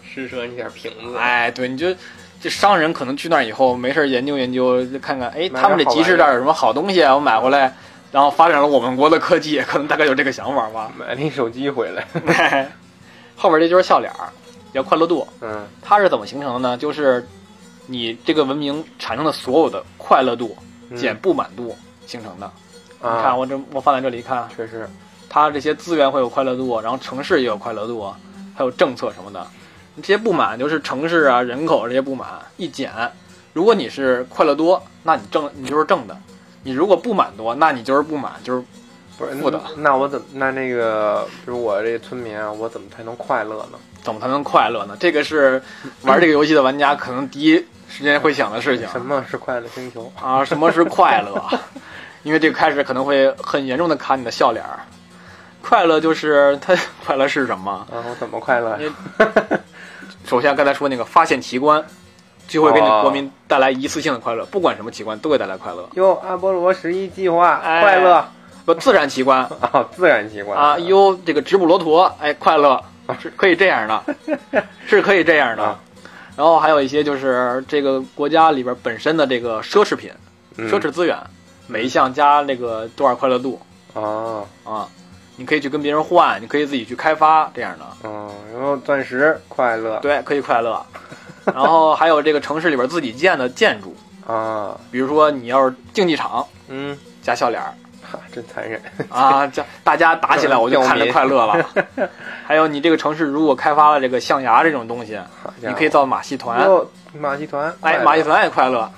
施舍你点瓶子，，哎，对，你就这商人可能去那儿以后没事儿研究研究，看看，哎，买点他们这集市这儿有什么好东西啊，我买回来，然后发展了我们国的科技，可能大概有这个想法吧。 *laughs* 买了一手机回来，后边这就是笑脸儿，叫快乐度，嗯它是怎么形成的呢？就是你这个文明产生的所有的快乐度嗯减不满度形成的。你啊看，我这我放在这里一看，啊确实，它这些资源会有快乐度，啊然后城市也有快乐度，啊还有政策什么的。这些不满就是城市啊、人口这些不满一减，如果你是快乐多，那你挣你就是挣的；你如果不满多，那你就是不满，就是不是负的那那我怎么那那个，比如我这村民啊，我怎么才能快乐呢？怎么才能快乐呢？这个是玩这个游戏的玩家可能第一时间会想的事情什么是快乐星球？啊，什么是快乐？啊 *laughs* 因为这个开始可能会很严重的卡你的笑脸儿。快乐就是它快乐是什么？啊，我怎么快乐呀？首先刚才说那个发现奇观，就会给你国民带来一次性的快乐，哦不管什么奇观都会带来快乐。哟，阿波罗十一计划哎快乐不，自然 *laughs* 奇观啊，自然奇观啊，哟，这个直布罗陀，哎，快 *laughs* 乐是可以这样的，是可以这样的啊。然后还有一些就是这个国家里边本身的这个奢侈品、嗯奢侈资源，每一项加那个多少快乐度哦，啊，你可以去跟别人换，你可以自己去开发这 *laughs* 样的。嗯，然后钻石快乐对，可以快乐。然后还有这个城市里边自己建的建筑，啊，比如说你要是竞技场嗯，加笑脸儿哈，真残忍，啊，这大家打起来我就看着快乐了。还有你这个城市如果开发了这个象牙这种东西，好家你伙可以造马戏团，哟，马戏团，哎，快乐马戏，团也 *laughs* 快乐。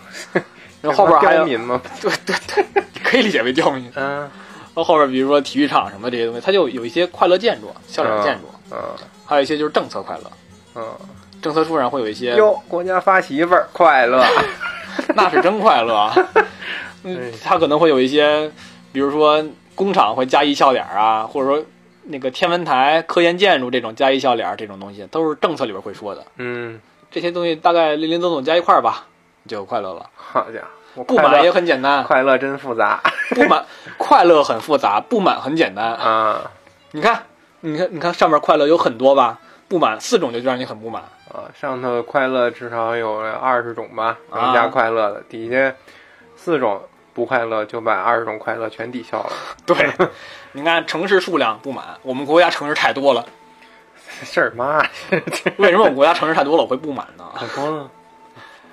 然后后边还刁有，民吗？对对对，可以理解为刁民。嗯然后后边比如说体育场什么这些东西，它就有一些快乐建筑、笑脸建筑，嗯还有一些就是政策快乐。嗯，政策树上会有一些，哟，国家发媳妇儿快 *laughs* 乐， *laughs* 那是真快乐啊。嗯哎，它可能会有一些，比如说工厂会加一笑脸啊，或者说那个天文台、科研建筑这种加一笑脸这种东西，都是政策里边会说的。嗯，这些东西大概零零总总加一块儿吧，你就有快乐了。好家伙，我不快乐满也很简 *laughs* 单，快乐真复杂不满快乐很复杂，不满很简单。啊你看，你看，你看上面快乐有很多吧，不满四种就让你很不满。啊！上头快乐至少有二十种吧，啊能加快乐的，底下四种不快乐就把二十种快乐全抵消了， *laughs* 对，你看城市数量不满，我们国家城市太多了。事儿妈呀，为什么我们国家城市太多了我会不满呢？很多呢，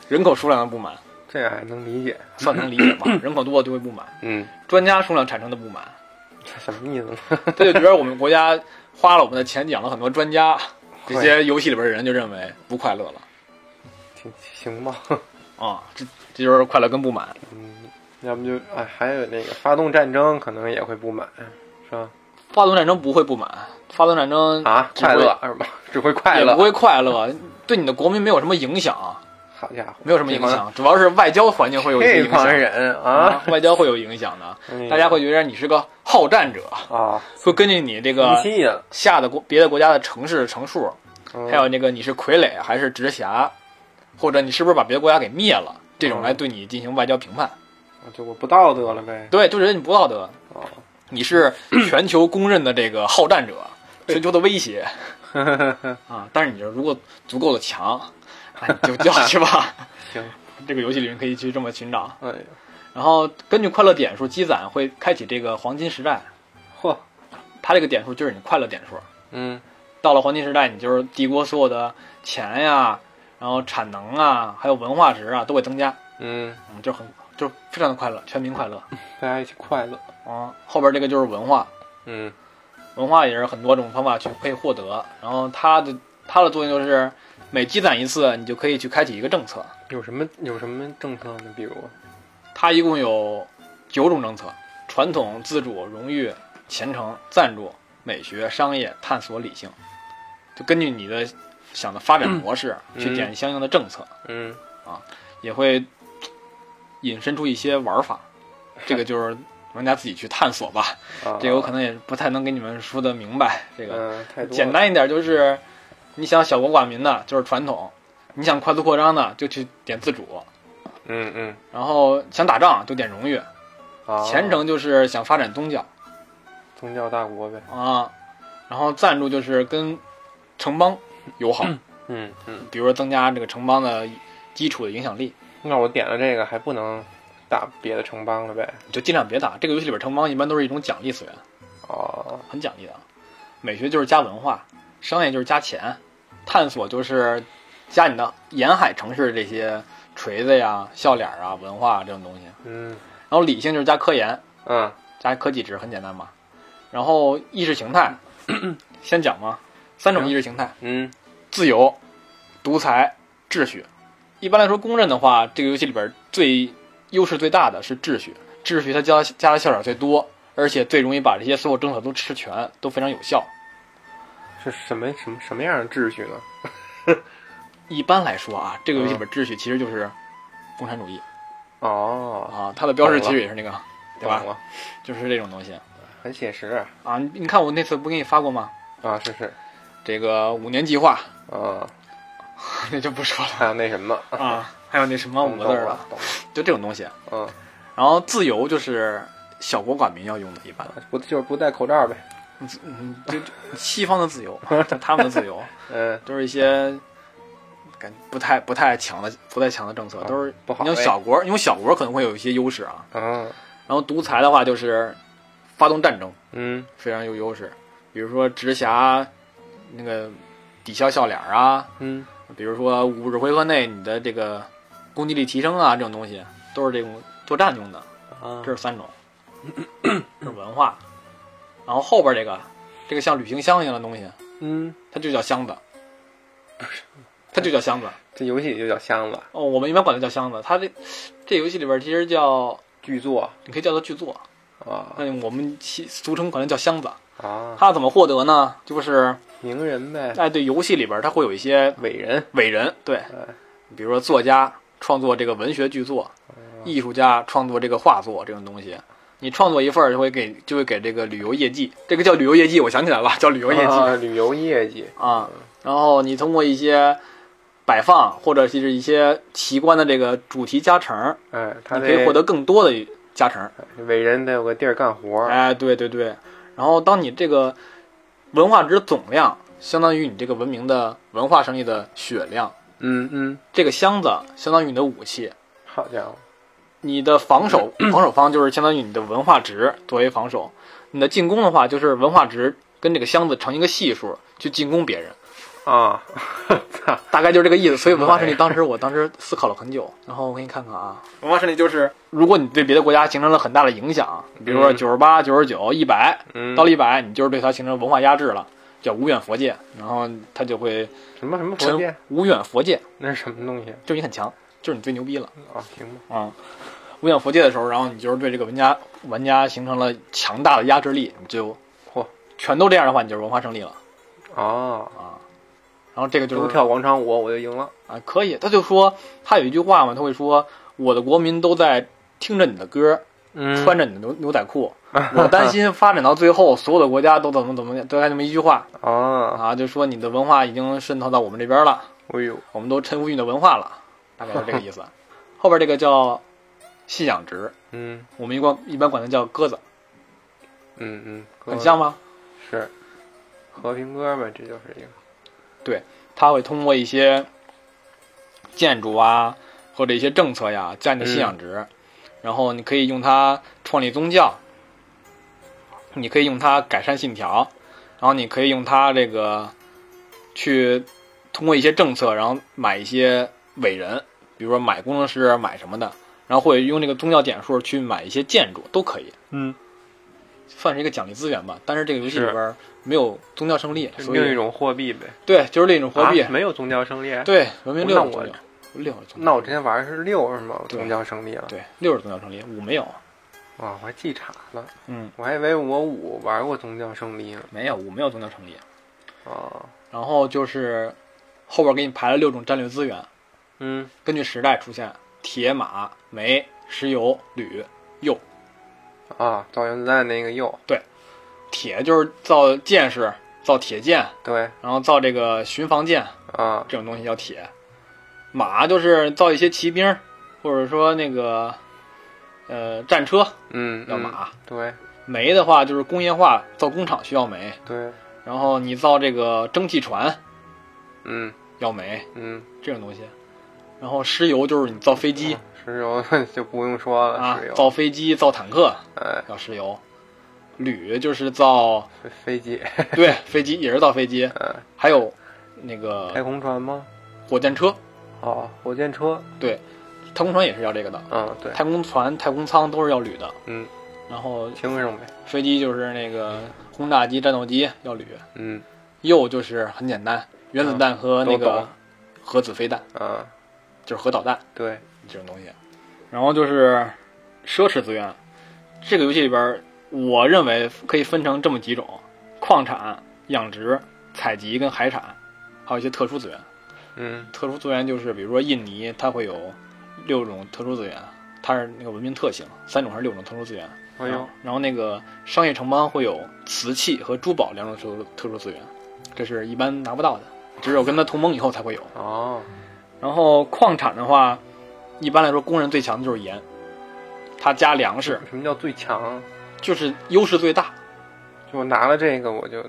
人口数量的不满这还能理解，算能理解 *clears throat* 吧？人口多了就会不满。嗯，专家数量产生的不满，这什么意思呢？ *laughs* 他就觉得我们国家花了我们的钱养了很多专家，这些游戏里边的人就认为不快乐了挺行吧，啊、这这就是快乐跟不满。嗯，要不就哎，还有那个发动战争，可能也会不满，是吧？发动战争不会不满，发动战争啊，只会快乐是吧？只会快也不乐，会快乐，对你的国民没有什么影响，好家伙，没有什么影这帮响，主要是外交环境会有一些这影帮响人啊，，哎嗯外交会有影响的，大家会觉得你是个好战者，啊，会根据你这无个期了，下的国别的国家的城市城数，嗯还有那个你是傀儡还是直辖，或者你是不是把别的国家给灭了，这种来对你进行外交评判。嗯就我不道德了呗，对，就觉得你不道德，哦，你是全球公认的这个好战者，全球的威胁啊！但是你如果足够的强，哎，你就叫去吧。 *laughs* 行，这个游戏里面可以去这么寻找。哎呀，然后根据快乐点数积攒，会开启这个黄金时代。嚯，它这个点数就是你快乐点数，嗯到了黄金时代，你就是帝国所有的钱呀、然后产能啊，还有文化值啊都会增加，嗯，嗯，就很就非常的快乐，全民快乐。大家一起快乐，嗯，后边这个就是文化，嗯文化也是很多种方法去可以获得。然后它的它的作用就是每积攒一次，你就可以去开启一个政策。有什么有什么政策呢？比如，它一共有九种政策：传统、自主、荣誉、虔诚、赞助、美学、商业、探索、理性。就根据你的想的发展模式、嗯去点相应的政策，嗯，也会嘖引申出一些 *laughs* 玩法。这个就是玩家自己去探索吧。啊，这个我可能也不太能给你们说的明白。这个嗯，太多了简，单一点就是，你想小国寡民的，就是传统；你想快速扩张的，就去点自主；嗯嗯，然后想打仗就点荣誉。啊虔诚就是想发展宗教宗教大国呗，啊，然后赞助就是跟城邦友好，嗯嗯，比如说增加这个城邦的基础的影响力，那我点了这个还不能打别的城邦了呗？你就尽量别打。这个游戏里边城邦一般都是一种奖励资源，哦，很奖励的。美学就是加文化，商业就是加钱，探索就是加你的沿海城市这些锤子呀、笑脸啊、文化、啊、这种东西。嗯然后理性就是加科研，嗯，加科技值很简单嘛。然后意识形态， *coughs* 先讲嘛，三种意识形态。嗯自由、独裁、秩序。一般来说，公认的话，这个游戏里边最优势最大的是秩序。秩序它加加的笑点最多，而且最容易把这些所有政策都吃全，都非常有效。是什么什么什么样的秩序呢？一般来说啊，这个游戏里边秩序其实就是共产主义哦，啊，它的标志其实也是那个，对吧懂？了，就是这种东西很写实啊，啊。你你看我那次不给你发过吗？啊是是，这个五年计划 *laughs* 啊，那就不说了还有那什么，啊啊，还有那什么五懂个字儿啊了了，，懂就这种东西。了，然后自由就是小国寡民要用的，一般。嗯，不就是不戴口罩呗？嗯，就就 *laughs* 西方的自由，他们的自 *laughs* 由嗯，都是一些感不太不太强的不太强的政策，都是不好你用呗小国，你用小国可能会有一些优势啊。啊，然后独裁的话就是发动战争，嗯非常有优势，比如说直辖那个抵消笑脸啊，嗯，比如说五十回合内你的这个攻击力提升啊，这种东西都是这种作战用的。啊这是三种，这是文化。然后后边这个，这个像旅行箱一样的东西，嗯，它就叫箱子，它就叫箱子。这游戏就叫箱子哦，我们一般管它叫箱子。它这这游戏里边其实叫，巨作你可以叫它巨作，啊那我们其俗称管它叫箱子。啊，它怎么获得呢？就是名人呗，哎，对，游戏里边它会有一些伟人，伟人，对哎，比如说作家创作这个文学巨作，哦艺术家创作这个画作这种东西。你创作一份儿就会给就会给这个旅游业绩，这个叫旅游业绩，我想起来了，叫旅游业绩啊，旅游业绩，啊。然后你通过一些摆放或者是一些奇观的这个主题加成，哎，他你可以获得更多的加成。伟人得有个地儿干活儿，哎，对对对。然后当你这个文化值总量相当于你这个文明的文化生意的血量，嗯嗯，这个箱子相当于你的武器，好家伙，你的防 *clears throat* 守防守方就是相当于你的文化值作为防守，你的进攻的话就是文化值跟这个箱子乘一个系数去进攻别人，啊， *laughs* 大概就是这个意思。所以文化胜利哎当时我当时思考了很久，然后我给你看看啊，文化胜利就是如果你对别的国家形成了很大的影响，比如说嗯九十八、九十九、一百，嗯，到了一百你就是对它形成文化压制了，叫无远佛界，然后它就会什么什么佛成界，无远佛界，那是什么东西？就是你很强，就是你最牛逼了。啊，行吧，啊、无影佛界的时候，然后你就是对这个玩家玩家形成了强大的压制力，你就嚯，全都这样的话，你就是文化胜利了哦，啊。然后这个就就是跳广场舞我就赢了，啊，可以，他就说他有一句话嘛，他会说我的国民都在听着你的歌，嗯，穿着你的牛牛 *laughs* 仔裤，我担心发展到最后，所有的国家都怎么怎么样，都该这么一句话啊，啊，就说你的文化已经渗透到我们这边了，哎呦，我们都臣服于你的文化了，大概是这个 *laughs* 意思。后边这个叫信仰值，嗯我们一般一般管它叫鸽子。嗯嗯，哥很像吗？是和平鸽呗，这就是一个，它会通过一些建筑啊，或者一些政策呀这样的信仰值，嗯然后你可以用它创立宗教，你可以用它改善信条，然后你可以用它这个去通过一些政策，然后买一些伟人，比如说买工程师、啊买什么的，然后或者用这个宗教点数去买一些建筑都可以，嗯，算是一个奖励资源吧。但是这个游戏是里边儿没有宗教胜利，就是所另一以种货币呗。对，就是另一种货币。啊、没有宗教胜利。对，文明那六是我宗教，六是宗教那我之前玩的是六是吗？对宗教胜利了。对六是宗教胜利，五没有。哇，我还记岔了，嗯，我还以为我五玩过宗教胜利呢。没有五没有宗教胜利。啊，然后就是后边给你排了六种战略资源，嗯，根据时代出现：铁、马、煤、石油、铝。啊，造原子弹那个铀，铁就是造剑士，造铁剑，对，然后造这个巡防舰啊，这种东西叫铁。马就是造一些骑兵，或者说那个呃战车嗯，叫嗯，马。对煤的话就是工业化，造工厂需要煤，对，然后你造这个蒸汽船嗯要煤嗯，这种东西，然后石油就是你造飞机石油就不用说了，啊石，油，造飞机、造坦克哎，要石油，铝就 *laughs* 是造飞飞机，对飞机也是造飞机，嗯，哎还有那太个空船吗？火箭车、哦，火箭车，太空船也是要这个的，嗯，对，太空船、太空舱都是要铝的，嗯，然后轻省呗，飞机就是那个轰炸机、战斗机要铝，嗯，铀就是很简单，原子弹和那都懂个核子飞弹啊，就是核导弹。对，这种东西。然后就是奢侈资源，这个游戏里边儿，我认为可以分成这么几种：矿产、养殖、采集跟海产，还有一些特殊资源。嗯特殊资源就是比如说印尼，它会有六种特殊资源，它是那个文明特性，三种还是六种特殊资源。嗯哎呦，然后那个商业城邦会有瓷器和珠宝两种特殊特殊资源，这是一般拿不到的，只有跟它同盟以后才会有。哦，然后矿产的话，一般来说工人最强的就是盐，它加粮食什么叫最强？就是优势最大，就我拿了这个我就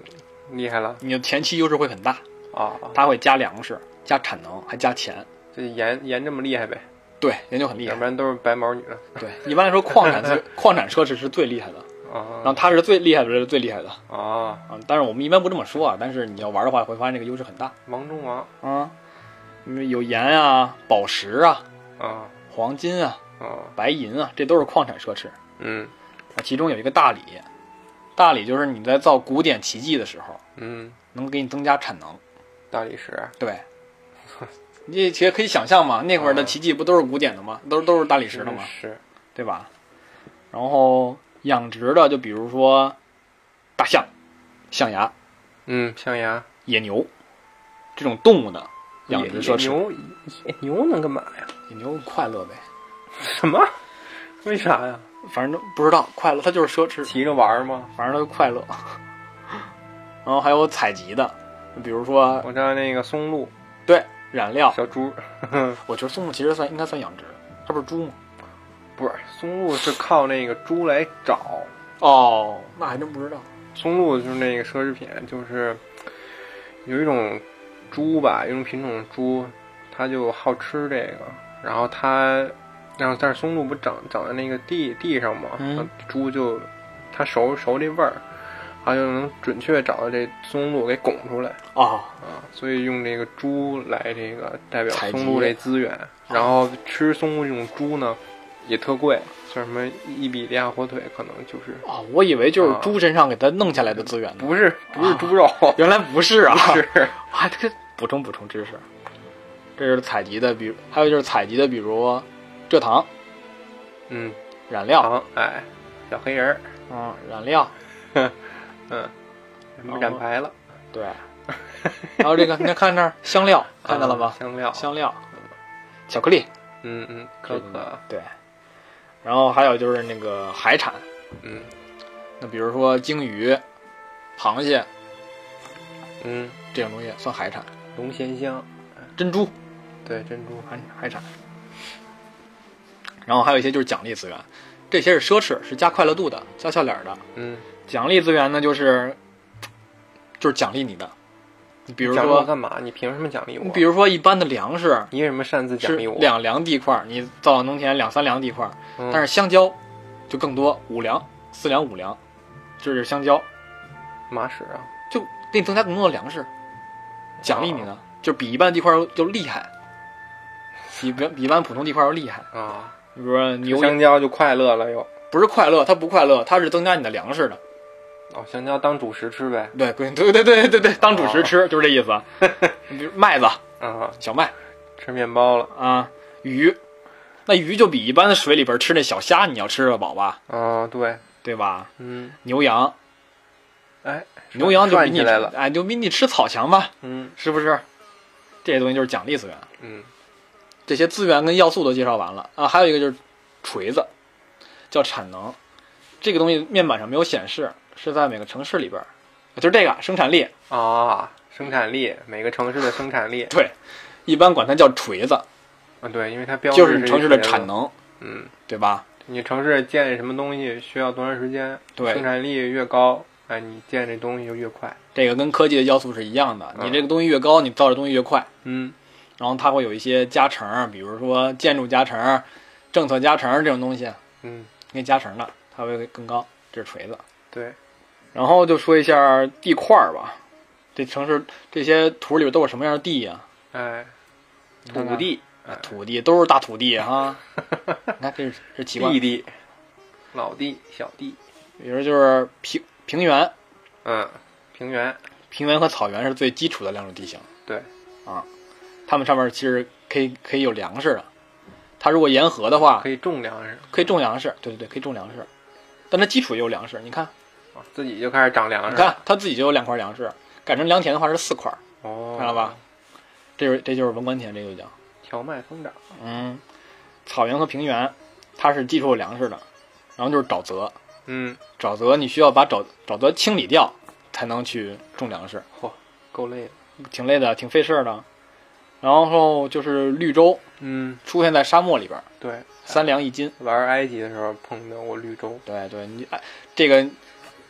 厉害了你的前期优势会很大，啊，它会加粮食、加产能，还加钱。这盐盐这么厉害呗，对，研究很厉要害不。然都是白毛女了对，一般来说矿产是矿产奢侈是最厉害的，然后啊它是最厉害的，是最厉害的啊、啊，但是我们一般不这么说啊，但是你要玩的话，会发现这个优势很大王中王啊，因为有盐啊、宝石啊、啊黄金啊、啊，白银啊，这都是矿产奢侈。嗯啊，其中有一个大理，大理就是你在造古典奇迹的时候，嗯，能给你增加产能。大理石 *laughs* 对，你其实可以想象嘛，那会儿的啊奇迹不都是古典的吗？都都是大理石的吗？嗯是对吧？然后养殖的，就比如说大象、象牙、嗯，象牙野牛这种动物的养野殖奢侈，牛野牛能干嘛呀？ *laughs* 野牛快乐呗，什么？为啥呀？反正都不知道快乐，它就是奢侈。骑着玩儿吗？反正它 *laughs* 快乐。然后还有采集的，比如说我知道那个松露染料，小猪，我觉得松木其实算应该算养殖，它不是猪吗？不是松露是靠那个猪来找，哦，那还真不知道。松露就是那个奢侈品，就是有一种猪吧，有一种品种的猪，它就好吃这个，然后它，然后但是松露不长长在那个地地上嘛，嗯然后猪就它熟熟这味儿，它就能准确找到这松露给拱出来哦，啊，所以用这个猪来这个代表采集啊松露这资源，然后吃松露这种猪呢也特贵，像什么伊比利亚火腿可能就是。哦，我以为就是猪身上给它弄下来的资源呢，不是不是猪肉，原来不是啊！ *laughs* 是，啊，这个补充补充知识，这是采集的，比如还有就是采集的，比如蔗糖、嗯，染料，糖，哎，小黑人儿，嗯，染料，嗯，哦染白了，对。然后这个，你看这儿，香料，看到了吗啊？香料，香料，巧克力，嗯嗯，可可，对。然后还有就是那个海产，嗯那比如说鲸鱼、螃蟹嗯，这种东西算海产，龙涎香，珍珠对，珍珠，海海产。然后还有一些就是奖励资源，这些是奢侈，是加快乐度的，加笑脸的。嗯奖励资源呢，就是就是奖励你的，你比如奖励我说，干嘛？你凭什么奖励我你？比如说一般的粮食你为什么擅自是奖励我？两粮地块儿，你造往农田两三粮地块儿，嗯但是香蕉就更多，五粮、四粮、五粮，这就是香蕉，马屎啊，就给你增加更多的粮食，奖励你哦呢，就比一般地块儿要要厉害，比比比一般普通地块儿要厉害。啊，你比如说牛香蕉就快乐了又。不是快乐，它不快乐，它是增加你的粮食的。哦，香蕉当主食吃呗。对，对对对对对对，当主食哦吃、就是这意思。 *laughs* 你比如麦子、啊，小麦吃面包了。啊，鱼，那鱼就比一般水里边吃那小虾你要吃得饱吧，啊，对，对吧？嗯，牛羊，哎，牛羊就比转你起来了。哎，就比你吃草强吧，嗯是不是？这些东西就是奖励资源。嗯，这些资源跟要素都介绍完了啊，还有一个就是锤子，叫产能，这个东西面板上没有显示，是在每个城市里边儿，就是这个生产力，啊，生产力，每个城市的生产力。对，一般管它叫锤子，啊，对，因为它标志就是你一城市的锤子产。能，嗯，对吧？你城市建什么东西需要多长时间？对生产力越高，哎，你建这东西就越快。这个跟科技的要素是一样的，嗯你这个东西越高，你造的东西越快，嗯然后它会有一些加成，比如说建筑加成、政策加成这种东西，嗯，给你加成的，它会更高，这是锤子。对，然后就说一下地块儿吧，这城市这些图里边都有什么样的地呀、哎，你看看土地，哎土地都是大土 *laughs* 地哈。你看这是这是奇怪地，地，老地，小地，比如就是平平原，嗯，平原，平原和草原是最基础的两种地形。对，啊，它们上面其实可以可以有粮食的。它如果沿河的话，可以种粮食，可以种粮食，对对对，可以种粮食。但它基础也有粮食，你看，啊自己就开始长粮你食。看，它自己就有两块粮食，改成良田的话是四块，哦，看到吧？？这就是这就是文官田，这就叫。荞麦疯长，嗯，草原和平原，它是基础有粮食的，然后就是沼泽，嗯，沼泽你需要把沼沼泽清理掉，才能去种粮食，够累了。挺累的，挺费事儿的。然后就是绿洲嗯，出现在沙漠里边儿，对，三粮一斤。玩埃及的时候碰到过绿洲，对对，你哎，这个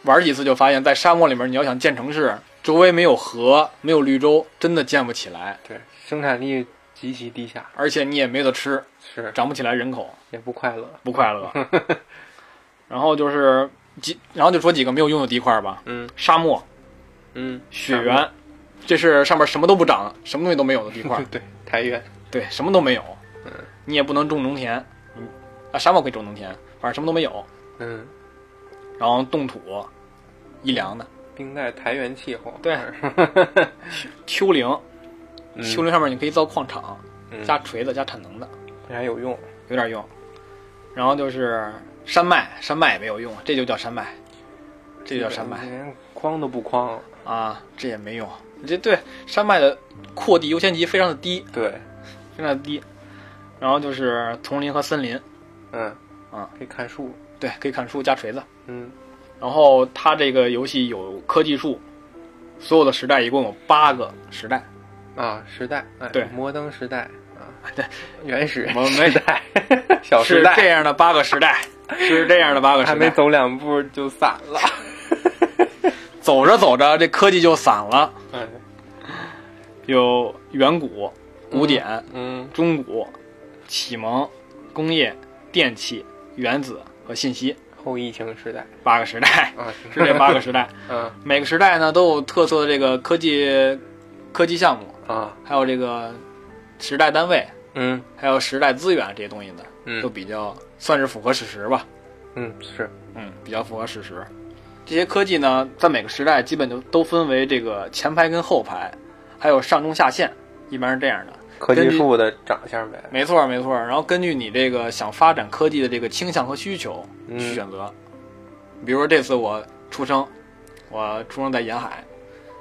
玩几次就发现，在沙漠里面你要想建城市，周围没有河，没有绿洲，真的建不起来，对，生产力极其低下，而且你也没得吃，是涨不起来人口。也不快乐。不快乐。然后就是几，然后就说几个没有用的地块儿吧，嗯沙漠、嗯，雪原，这是上面什么都不长、什么东西都没有的地块对儿。 *laughs* 对，太原，对，什么都没有嗯，你也不能种农田，嗯啊，沙漠可以种农田，反正什么都没有。嗯，然后冻土、一凉的冰带台原气候，对 *laughs* 丘陵，嗯丘陵上面你可以造矿场，嗯加锤子、加产能的，这还有用。有点用。然后就是山脉，山脉也没有用，这就叫山脉，这就叫山脉。连框都不框。啊，这也没用。这对山脉的扩地优先级非常的低，对，非常的低。然后就是丛林和森林，嗯啊，可以看树，对，可以砍树加锤子。嗯然后它这个游戏有科技树，所有的时代一共有八个时代。啊，时代，哎，对摩登时代啊，对，原始我们没时 *laughs* 代，小时是代，这样的八个时代， *laughs* 是这样的八个还时没代。走两步就散了。走着走着，这科技就散了，哎，有远古、古典、嗯中古、启蒙、工业、电器、原子和信息后疫情时代八个时代，啊，是这八个时代。 *laughs* 嗯每个时代呢都有特色的这个科技科技项目，啊，还有这个时代单位，嗯还有时代资源这些东西呢，都嗯比较算是符合事实吧。嗯，是，嗯，比较符合事实。这些科技呢，在每个时代基本就都分为这个前排跟后排，还有上中下线，一般是这样的。科技根据树的长相呗。没错，没错。然后根据你这个想发展科技的这个倾向和需求嗯去选择。比如说这次我出生，我出生在沿海，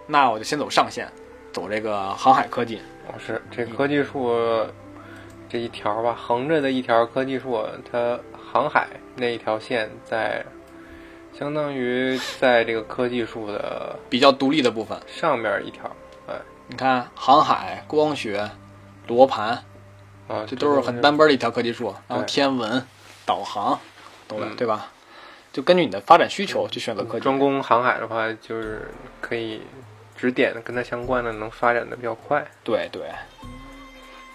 那我就先走上线，走这个航海科技。我是这科技树这一条吧，横着的一条科技树，它航海那一条线在，相当于在这个科技树的比较独立的部分，上面一条你看航海、光学、罗盘，啊，这都是很单边的一条科技树。然对后天文、导航，懂了、嗯对吧？就根据你的发展需求去选择科技。专攻航海的话，就是可以指点的跟它相关的能发展的比较快。对对。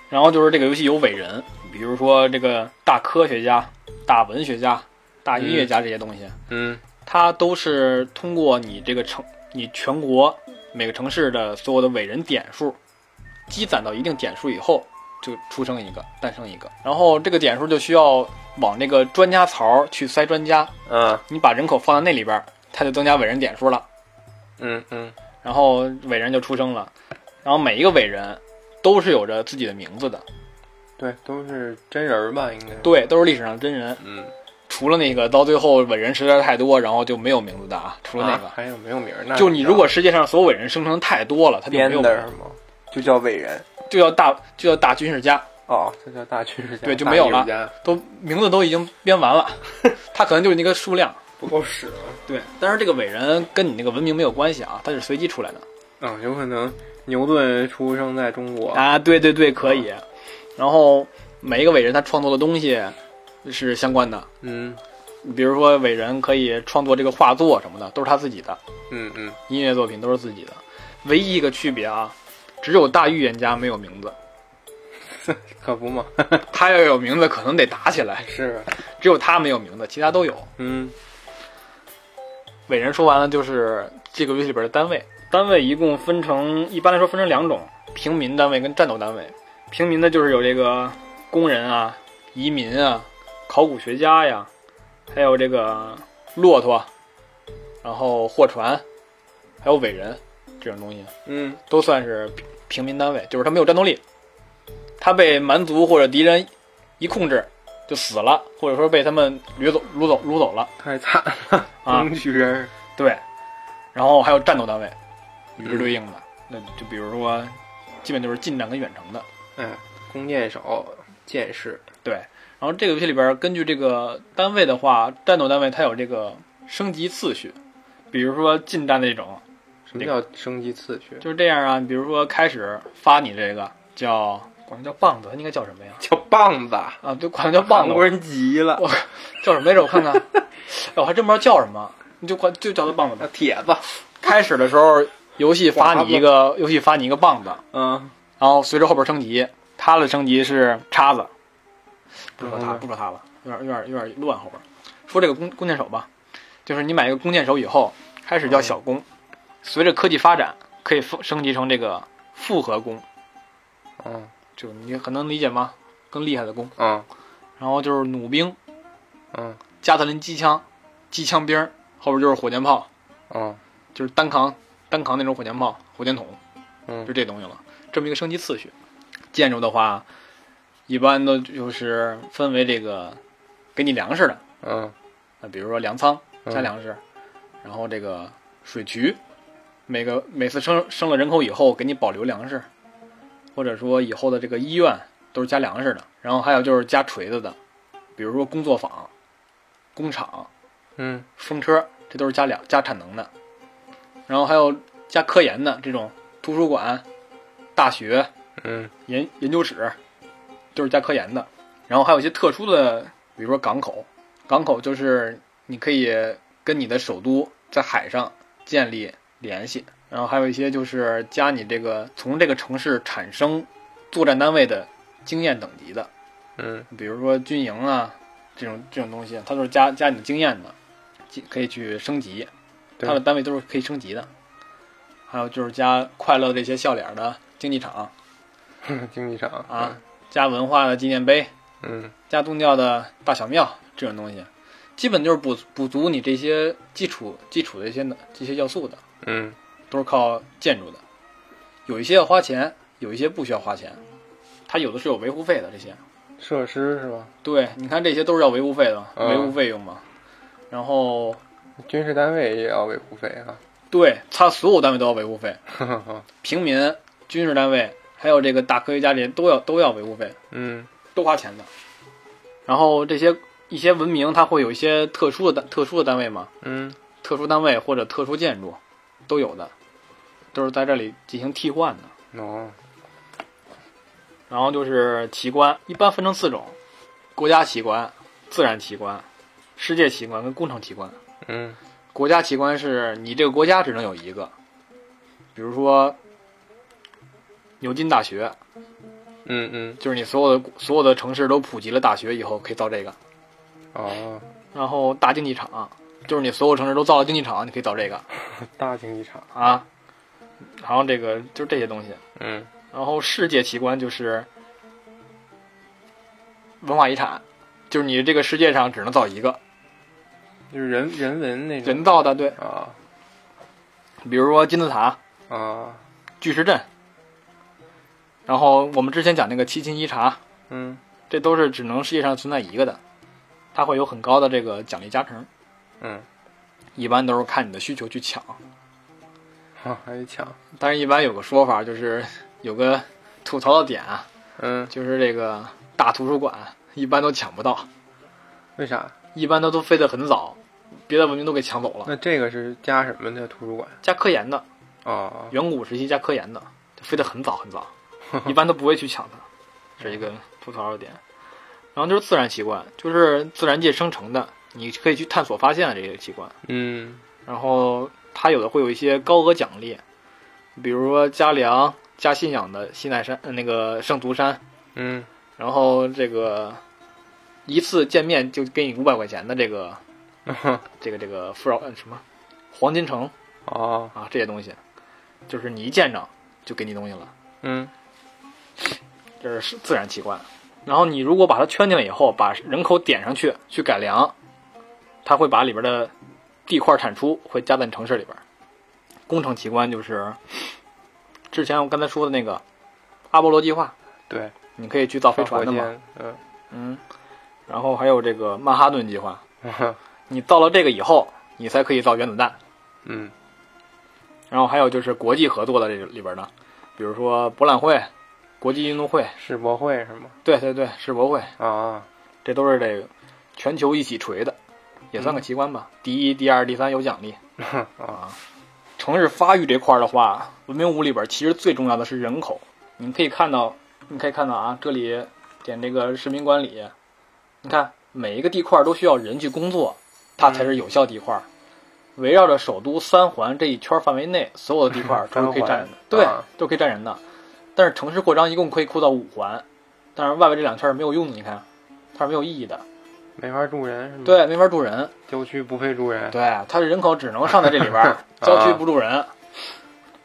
然后就是这个游戏有伟人，比如说这个大科学家、大文学家、大音乐家这些东西，嗯他都是通过你这个城、你全国每个城市的所有的伟人点数，积攒到一定点数以后，就出生一个、诞生一个。然后这个点数就需要往那个专家槽去塞专家，啊你把人口放在那里边儿，它就增加伟人点数了。嗯嗯然后伟人就出生了，然后每一个伟人都是有着自己的名字的，对，都是真人儿吧，应该。对，都是历史上的真人。嗯，除了那个到最后伟人实在是太多，然后就没有名字的啊，除了那个，啊还有没有名儿？那就你如果世界上所有伟人生成太多了，他就没有编名的儿，是吗？就叫伟人就叫大就叫大军事家，哦，这叫大军事家，对就大没有艺术了家都名字都已经编完 *laughs* 了，他可能就是那个数量。不够使了。对，但是这个伟人跟你那个文明没有关系啊，他是随机出来的嗯，有可能牛顿出生在中国，啊。对对对，可以。然后每一个伟人他创作的东西是相关的，嗯比如说伟人可以创作这个画作什么的，都是他自己的嗯嗯，音乐作品都是自己的。唯一一个区别啊，只有大预言家没有名字，可不嘛，他要有名字可能得打起来。是，啊只有他没有名字，其他都有。嗯伟人说完了，就是这个游戏里边的单位。单位一共分成，一般来说分成两种：平民单位跟战斗单位。平民的就是有这个工人啊、移民啊、考古学家呀，还有这个骆驼，然后货船，还有伟人这种东西，嗯都算是平平民单位，就是他没有战斗力，他被蛮族或者敌人一控制就死了，或者说被他们掠走、掳走、掳走了。太惨了，啊工具人儿，对，然后还有战斗单位，与之对应的，那就比如说，基本就是近战跟远程的。哎，弓箭手、剑士，对，然后这个游戏里边儿根据这个单位的话，战斗单位它有这个升级次序，比如说近战那种什么叫升级次序？就是这样啊，比如说开始发你这个叫管它叫棒子，它应该叫什么呀？叫棒子，啊，对，管它叫棒子，我人急了我叫什么来着？我 *laughs* 看看，哎我还真不知道叫什么，你就管就叫它棒子吧。叫铁子，开始的时候，游戏发你一个游戏发你一个棒子。嗯，然后随着后边升级，它的升级是叉子，不说它嗯不说它了，有点有点有点乱后边。说这个弓弓箭手吧，就是你买一个弓箭手以后，开始叫小弓，随着科技发展，可以复升级成这个复合弓，嗯就你很能理解吗？更厉害的弓。嗯然后就是弩兵、嗯加特林机枪、机枪兵，后边就是火箭炮，嗯就是单扛单扛那种火箭炮、火箭筒。就嗯，这东西了，这么一个升级次序。建筑的话，一般都就是分为这个给你粮食的，嗯，那比如说粮仓嗯加粮食，然后这个水渠，每个每次生生了人口以后给你保留粮食，或者说以后的这个医院都是加粮食的，然后还有就是加锤子的，比如说工作坊、工厂、嗯风车，这都是加两加产能的，然后还有加科研的这种图书馆、大学、嗯研研究室，就是加科研的。然后还有一些特殊的，比如说港口，港口就是你可以跟你的首都在海上建立联系。然后还有一些就是加你这个从这个城市产生作战单位的经验等级的，嗯比如说军营啊这种这种东西，它都是加加你的经验的，进可以去升级，对它的单位都是可以升级的。还有就是加快乐这些笑脸的竞技场，嗯， *laughs* 竞技场啊，加文化的纪念碑，嗯加宗教的大小庙这种东西，基本就是补补足你这些基础基础的一些这些要素的，嗯都是靠建筑的。有一些要花钱，有一些不需要花钱，它有的是有维护费的这些。嗯，设施是吧？对，你看这些都是要维护费的，嗯维护费用嘛。然后，军事单位也要维护费啊，对它所有单位都要维护费，哈哈哈，平民、军事单位，还有这个大科学家这些都要都要维护费。 *laughs* 嗯都花钱的。然后这些一些文明，它会有一些特殊的单特殊的单位嘛，嗯特殊单位或者特殊建筑都有的，都是在这里进行替换的。哦，然后就是奇观，一般分成四种：国家奇观、自然奇观、世界奇观跟工程奇观。嗯国家奇观是你这个国家只能有一个，比如说牛津大学，嗯嗯，就是你所有的所有的城市都普及了大学以后，可以造这个。哦，然后大竞技场，就是你所有城市都造了竞技场，你可以造这个大竞技场，啊。然后这个就是这些东西。嗯然后世界奇观就是文化遗产，就是你这个世界上只能造一个就是人人文那种人造的，对，啊比如说金字塔、啊，巨石阵，然后我们之前讲那个七擒一察，嗯这都是只能世界上存在一个的，它会有很高的这个奖励加成，嗯，一般都是看你的需求去抢，啊还得抢，但是一般有个说法就是有个吐槽的点啊，嗯，就是这个大图书馆一般都抢不到，为啥？一般都都飞得很早，别的文明都给抢走了。那这个是加什么的图书馆？加科研的，哦，远古时期加科研的，就飞得很早很早，一般都不会去抢它，是一个吐槽的点。然后就是自然奇观，就是自然界生成的，你可以去探索发现的这些奇观。嗯然后它有的会有一些高额奖励，比如说加粮、加信仰的西奈山呃那个圣徒山，嗯然后这个一次见面就给你五百块钱的这个嗯这个这个富饶呃什么黄金城哦，啊这些东西，就是你一见着就给你东西了，嗯这是自然奇观。然后你如果把它圈进来以后，把人口点上去去改良，它会把里边的地块产出会加在你城市里边。工程奇观就是之前我刚才说的那个阿波罗计划，对，你可以去造飞发船火的嘛，箭，嗯，嗯。然后还有这个曼哈顿计划，嗯你到了这个以后，你才可以造原子弹。嗯然后还有就是国际合作的这个里边的，比如说博览会、国际运动会，世博会是吗？对对对，世博会，啊，这都是这个全球一起锤的，也算个奇观吧。第一、第二、第三有奖 *laughs* 励啊。城市发育这块儿的话，文明五里边其实最重要的是人口。你可以看到，你可以看到啊，这里点这个市民管理，你看每一个地块都需要人去工作，它才是有效地块。围绕着首都三环这一圈范围内，所有的地块儿都是可以占 *laughs* 三人的，环对啊，都可以占人的。但是城市扩张一共可以扩到五环，但是外围这两圈儿是没有用的，你看，它是没有意义的。没法住人是吗？，对，没法住人。郊区不配住人。嗯对，啊它的人口只能上在这里 *laughs* 边儿，郊区不住人，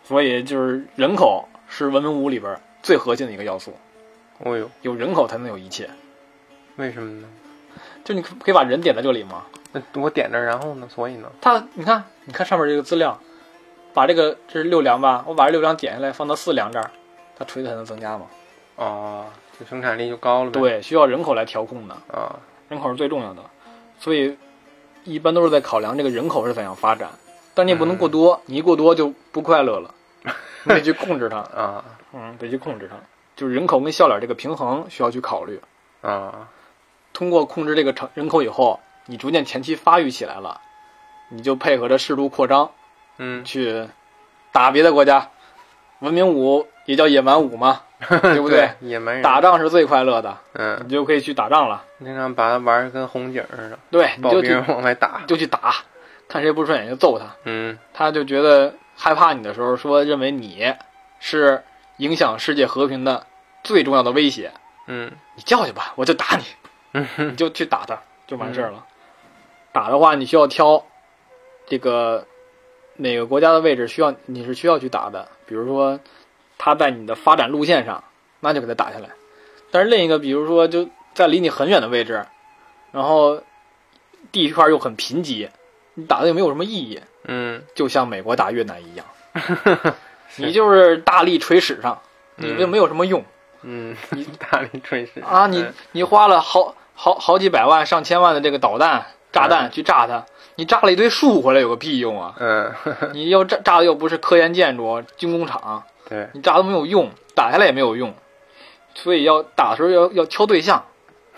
所以就是人口是文明五里边儿最核心的一个要素，哦呦，有人口才能有一切。为什么呢？就你可可以把人点在这里吗？那我点这儿，然后呢？所以呢？它，你看，你看上面这个资料，把这个这是六粮吧，我把这六粮点下来放到四粮这儿，它锤子才能增加嘛？哦，这生产力就高了呗。，对，需要人口来调控的，啊，人口是最重要的，所以一般都是在考量这个人口是怎样发展，但你也不能过多，你一过多就不快乐了，你得去控制它。啊嗯，得去控制它，就是人口跟笑脸这个平衡需要去考虑。啊，通过控制这个成人口以后，你逐渐前期发育起来了，你就配合着适度扩张嗯，去打别的国家。文明五也叫野蛮五嘛，对不对？？野蛮人打，仗是最快乐的，嗯，你就可以去打仗了。经常把它玩儿跟红警儿似的，对，你抱就别人去往外打。就去打，看谁不顺眼就揍他。嗯他就觉得害怕你的时候，说认为你是影响世界和平的最重要的威胁。嗯你叫去吧，我就打你。嗯你就去打他，就完事儿了。打的话，你需要挑这个哪个国家的位置，需要你是需要去打的。比如说，他在你的发展路线上，那就给他打下来。但是另一个，比如说就在离你很远的位置，然后地块又很贫瘠，你打的也没有什么意义。嗯，就像美国打越南一样，你 *laughs* 就是大力锤史上，你就没有什么用。嗯，你大力锤石啊，你你花了好好好几百万、上千万的这个导弹、炸弹去炸它，你炸了一堆树回来有个屁用 *laughs* 啊！嗯，你又炸炸的又不是科研建筑、军工厂，对，你炸都没有用，打下来也没有用，所以要打的时候要要挑对象，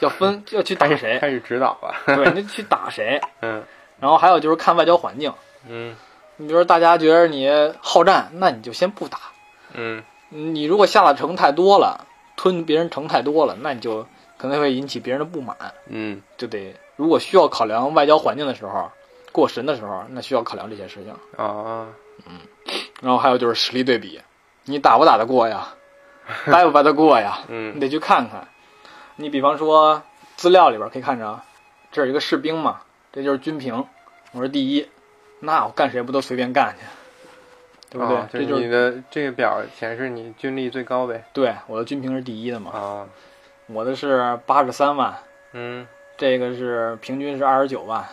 要分要去打开始谁，开始指导吧。 *laughs* 对，你就去打谁。嗯然后还有就是看外交环境，嗯你比如说大家觉得你好战，那你就先不打。嗯你如果下的城太多了，吞别人城太多了，那你就可能会引起别人的不满。嗯就得如果需要考哦量外交环境的时候，过神的时候，那需要考量这些事情。啊，然后还有就是实力对比，你打不打得过 *laughs* 呀？掰不掰得过呀？你嗯得去看看。你比方说资料里边可以看着啊，这有一个士兵嘛，这就是军评，我是第一，那我干谁不都随便干去，对不对？啊、哦这就就是你的这个表显示你军力最高呗。对我的军评是第一的嘛，啊，我的是八十三万，嗯这个是平均是二十九万，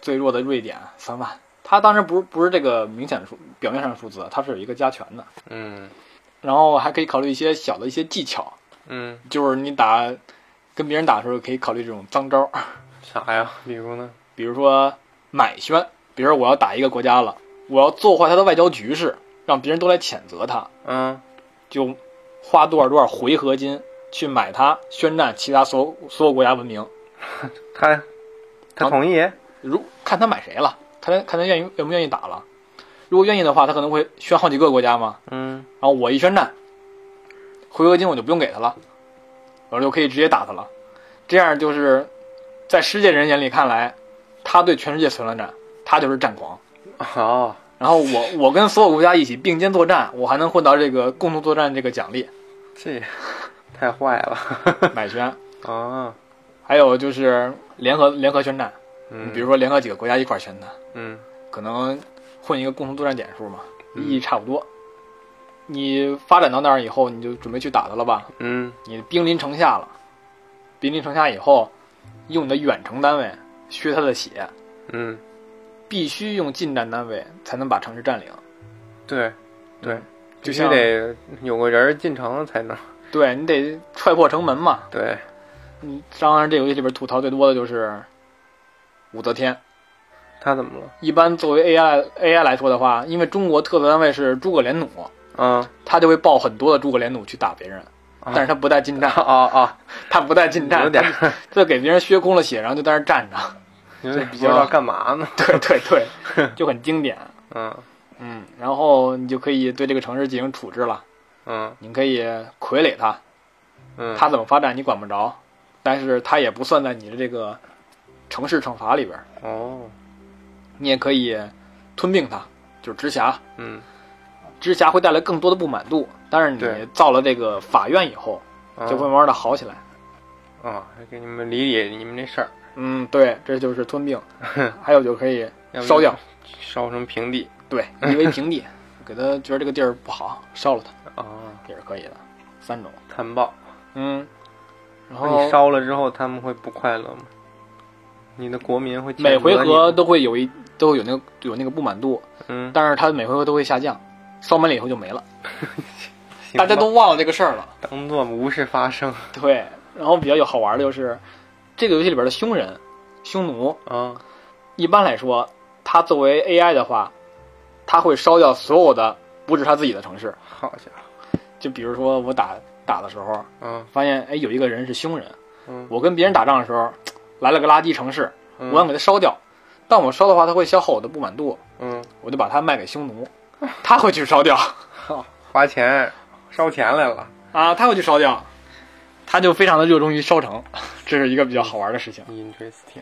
最弱的瑞典三万。它当然不是不是这个明显的数，表面上的数字，它是有一个加权的。嗯然后还可以考虑一些小的一些技巧，嗯，就是你打跟别人打的时候可以考虑这种脏招儿，啥呀？比如呢？比如说买宣，比如说我要打一个国家了，我要做坏他的外交局势，让别人都来谴责他，嗯就花多少多少回合金去买他宣战其他所有所有国家文明。他他好同意？如看他买谁了，看他看他愿意愿不愿意打了。如果愿意的话，他可能会宣好几个国家嘛。嗯然后我一宣战，回合金我就不用给他了，我就可以直接打他了。这样就是在世界人眼里看来，他对全世界存了战，他就是战狂。哦，然后我我跟所有国家一起并肩作战，我还能混到这个共同作战这个奖励这太坏了买宣。哦啊！还有就是联合联合宣战，嗯，比如说联合几个国家一块儿宣战。嗯可能混一个共同作战点数嘛，嗯意义差不多。你发展到那儿以后，你就准备去打他了吧？嗯你兵临城下了，兵临城下以后，用你的远程单位削他的血，嗯，必须用近战单位才能把城市占领。对对，嗯就必须像得有个人儿进城才能对你得踹破城门嘛。对。你当然，这游戏里边吐槽最多的就是武则天。他怎么了？一般作为 AI AI 来说的话，因为中国特色单位是诸葛连弩，啊他就会报很多的诸葛连弩去打别人，但是他不带近战啊，啊！他不带近有战，点他就给别人削空了血，然后就在那儿站着。 *laughs* 有点不比知较道干嘛呢。对对 *laughs* 对，就很经典。嗯嗯，然后你就可以对这个城市进行处置了，嗯你可以傀儡它，嗯，它怎么发展你管不着，但是它也不算在你的这个城市惩罚里边儿。哦你也可以吞并它，就是直辖。嗯直辖会带来更多的不满度，但是对你造了这个法院以后，啊就会慢慢的好起来。啊，还给你们理理你们这事儿，嗯，对，这就是 *laughs* 吞并，还有就可以要不烧掉。烧成平地对，夷为平地，给他觉得这个地儿不好，烧了它啊，也是可以的。三种，残暴。嗯，然那你后烧了之后，他们会不快乐吗？你的国民会谴责每回你合都会有一都会有那个有那个不满度，嗯，但是它每回合都会下降，烧满了以后就没了，行吧大家都忘了这个事儿了。当做无事发生对，然后比较有好玩的就是这个游戏里边的凶人、匈奴，啊。一般来说，他作为 AI 的话，他会烧掉所有的不止他自己的城市。好家伙，就比如说我打打的时候，嗯发现哎有一个人是匈人，嗯我跟别人打仗的时候，来了个垃圾城市，嗯我想给它烧掉，但我烧的话，它会消耗我的不满度，嗯，我就把它卖给匈 *laughs* 奴，他会去烧掉花钱烧钱来了，啊，他会去烧掉，他就非常的热衷于烧城， *laughs* 这是一个比较好玩的事情。 interesting。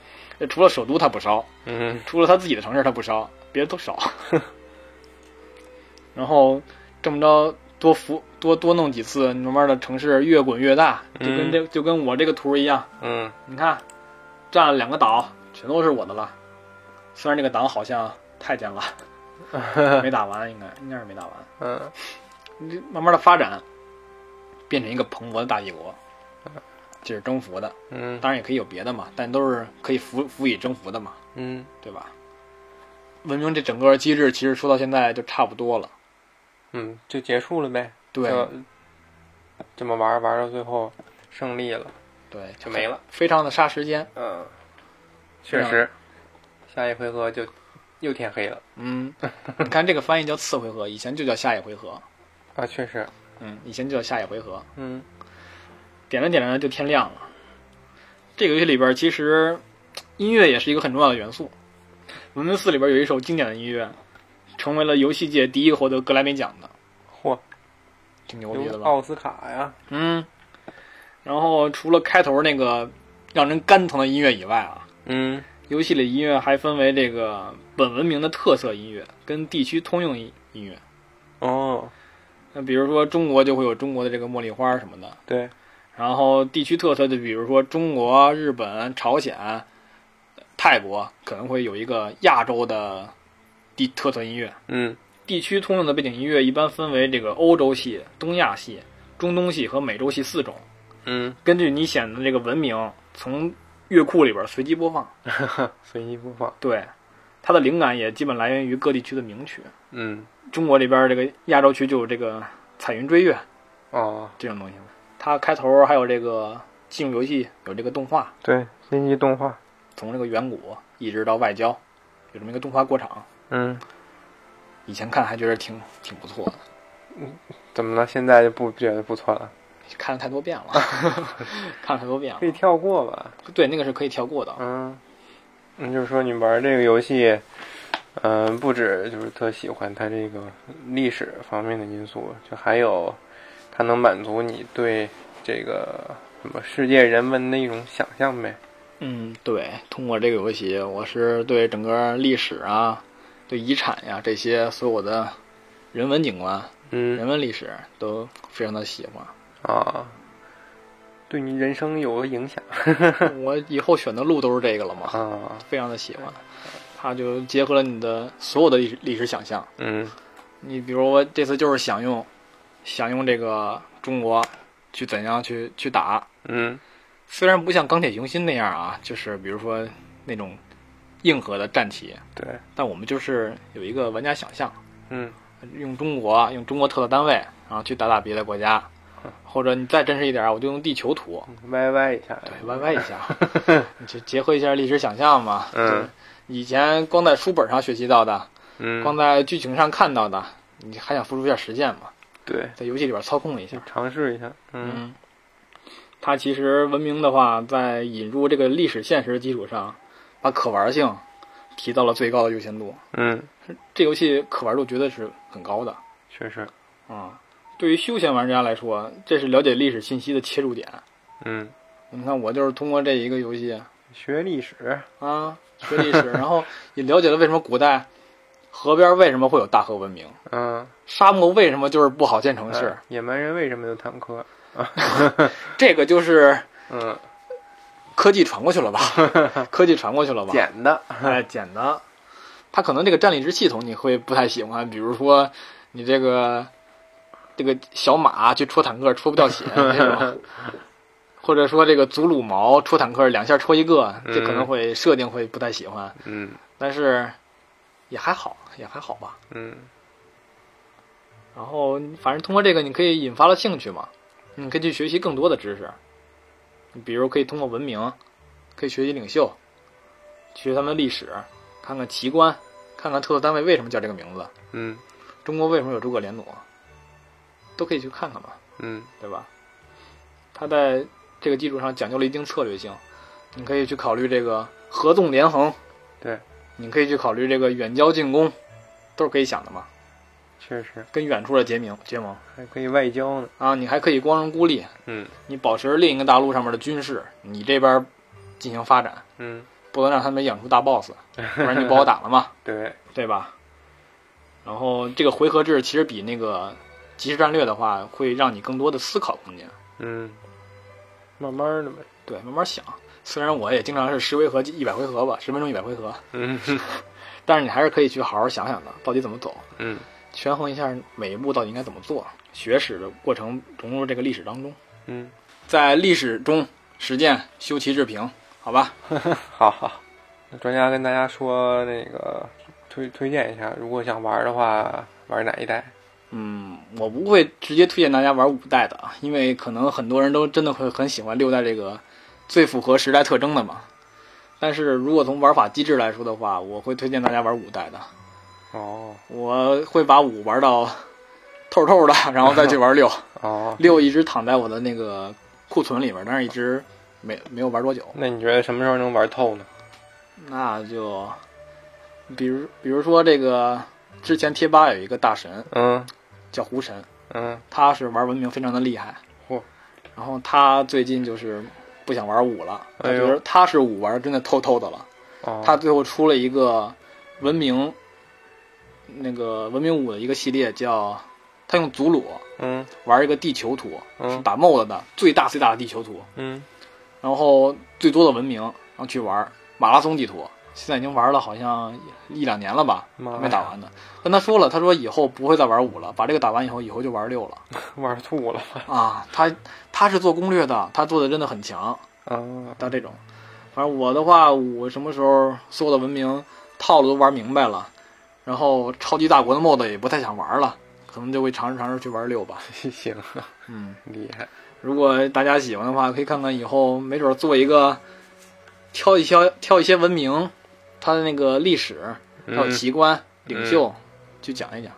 除了首都他不烧，嗯除了他自己的城市他不烧，别的都 *laughs* 烧。然后这么着多服多多弄几次，你慢慢的城市越滚越大，就跟这、就跟我这个图一样，嗯你看，占了两个岛，全都是我的了。虽然这个岛好像太监了， *laughs* 没打完，应该应该是没打完。嗯你慢慢的发展，变成一个蓬勃的大帝国，这是征服的。嗯当然也可以有别的嘛，但都是可以服服以征服的嘛，嗯对吧？文明这整个机制其实说到现在就差不多了。嗯，就结束了呗。对就这么玩儿玩儿到最后胜利了对，就没了。非常的杀时间。嗯，确实，下一回合就又天黑了 *laughs* 嗯，你看这个翻译叫次回合，以前就叫下一回合。啊，确实，嗯，以前就叫下一回合。嗯点着点着就天亮了。这个游戏里边其实音乐也是一个很重要的元素。《文明四》里边有一首经典的音乐，成为了游戏界第一个获得格莱美奖的，嚯，挺牛逼的有哦吧？奥斯卡呀，嗯。然后除了开头那个让人肝疼的音乐以外啊，嗯游戏里音乐还分为这个本文明的特色音乐跟地区通用音乐。哦，那比如说中国就会有中国的这个茉莉花什么的，对，然后地区特色就比如说中国、日本、朝鲜、泰国可能会有一个亚洲的地特色音乐。嗯地区通用的背景音乐一般分为这个欧洲系、东亚系、中东系和美洲系四种，嗯，根据你选的这个文明，从乐库里边随机播放。随意播放，对，它的灵感也基本来源于各地区的名曲。嗯，中国这边这个亚洲区就有这个《彩云追月》哦，这种东西，它开头还有这个进入游戏有这个动画，对，星际动画，从这个远古一直到外交，有这么一个动画过场。嗯，以前看还觉得挺挺不错的，怎么了？现在就不觉得不错了？看了太多遍了，看了太多遍了可。以跳过吧？对，那个是可以跳过的。嗯，那就是说你玩这个游戏，嗯、不止就是特喜欢它这个历史方面的因素，就还有它能满足你对这个什么世界人文的一种想象呗。嗯，对，通过这个游戏，我是对整个历史啊、对遗产呀、这些所有的人文景观、人嗯文历史都非常的喜欢。啊，对你人生有个影响我以后选的路都是这个了嘛，啊。非常的喜欢。它就结合了你的所有的历史历史想象。嗯你比如我这次就是想用，想用这个中国去怎样去去打，嗯虽然不像钢铁雄心那样啊，就是比如说那种硬核的战旗，对，但我们就是有一个玩家想象，嗯用中国用中国特色单位，然后去打打别的国家，或者你再真实一点啊儿，我就用地球图，歪歪一下。对，歪歪一下，你就结合一下历史想象嘛。嗯就是以前光在书本上学习到的，嗯，光在剧情上看到的，你还想付出一下实践嘛？对，在游戏里边操控一下就。尝试一下。嗯嗯，它其实文明的话，在引入这个历史现实的基础上，把可玩性提到了最高的优先度。嗯，这游戏可玩度绝对是很高的确实。啊、对于休闲玩家来说，这是了解历史信息的切入点。嗯，你看，我就是通过这一个游戏学历史。啊，学历史，然后也了解了为什么古代河边为什么会有大河文明，嗯，沙漠为什么就是不好建城 *laughs* 市，哎野蛮人为什么有坦克？这个就是嗯，科技传过去了吧？科技传过去了吧？捡的。哎，简单。它可能这个战力值系统你会不太喜欢，比如说你这个这个小马去戳坦克戳不掉血这种，或者说这个祖鲁毛戳坦克两下戳一个，这可能会设定会不太喜欢，嗯但是也还好，也还好吧。嗯然后反正通过这个你可以引发了兴趣嘛，你可以去学习更多的知识，你比如可以通过文明，可以学习领袖，学他们的历史，看看奇观，看看特色单位为什么叫这个名字，嗯中国为什么有诸葛连弩，都可以去看看嘛，嗯对吧？他在这个基础上讲究了一定策略性，你可以去考虑这个合纵连横，对，你可以去考虑这个远交近攻，都是可以想的嘛，确实跟远处的结盟结盟。还可以外交呢。啊，你还可以光荣孤立，嗯你保持另一个大陆上面的军事，你这边进行发展，嗯，不能让他们养出大 boss，不然就不好打了嘛，对，对吧？然后这个回合制其实比那个即时战略的话，会让你更多的思考空间，嗯，慢慢的呗。对，慢慢想。虽然我也经常是十回合、一百回合吧，十分钟一百回合， *laughs* 嗯但是你还是可以去好好想想的，到底怎么走，嗯，权衡一下每一步到底应该怎么做，学史的过程融入这个历史当中，嗯，在历史中实践修齐治平，好吧？好好。那专家跟大家说，那个推推荐一下，如果想玩的话，玩哪一代？嗯，我不会直接推荐大家玩五代的，啊，因为可能很多人都真的会很喜欢六代这个最符合时代特征的嘛。但是如果从玩法机制来说的话，我会推荐大家玩五代的。哦我会把五玩到透透的，然后再去玩六。哦，六一直躺在我的那个库存里面，但是一直没没有玩多久。那你觉得什么时候能玩透呢？那就比如比如说这个之前贴吧有一个大神嗯叫胡神，嗯他是玩文明非常的厉害。嚯然后他最近就是不想玩五了，他哎觉呦得他是五玩得真的透透的了。哦，他最后出了一个文明，那个文明五的一个系列叫他用祖鲁嗯玩一个地球图，嗯是打 MOD 的最大最大的地球图，嗯然后最多的文明，然后去玩马拉松地图。现在已经玩了好像一两年了吧，妈呀还没打完呢。跟他说了，他说以后不会再玩五了，把这个打完以后，以后就玩六了。玩吐了 *laughs* 啊，他他是做攻略的，他做的真的很强。啊！到这种，反正我的话，我什么时候所有的文明套路都玩明白了，然后超级大国的 mod 也不太想玩了，可能就会尝试尝试去玩六吧。行，嗯，厉害，如果大家喜欢的话，可以看看以后没准做一个挑一挑挑一些文明，它的那个历史还有嗯，奇观、领袖，去讲一讲，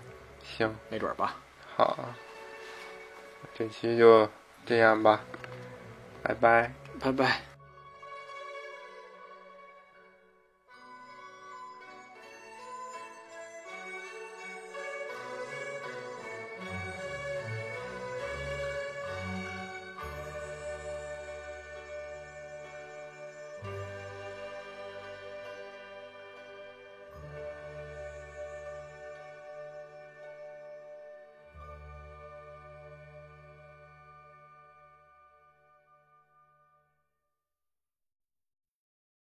行，没准儿吧。好，这期就这样吧，拜拜。拜拜。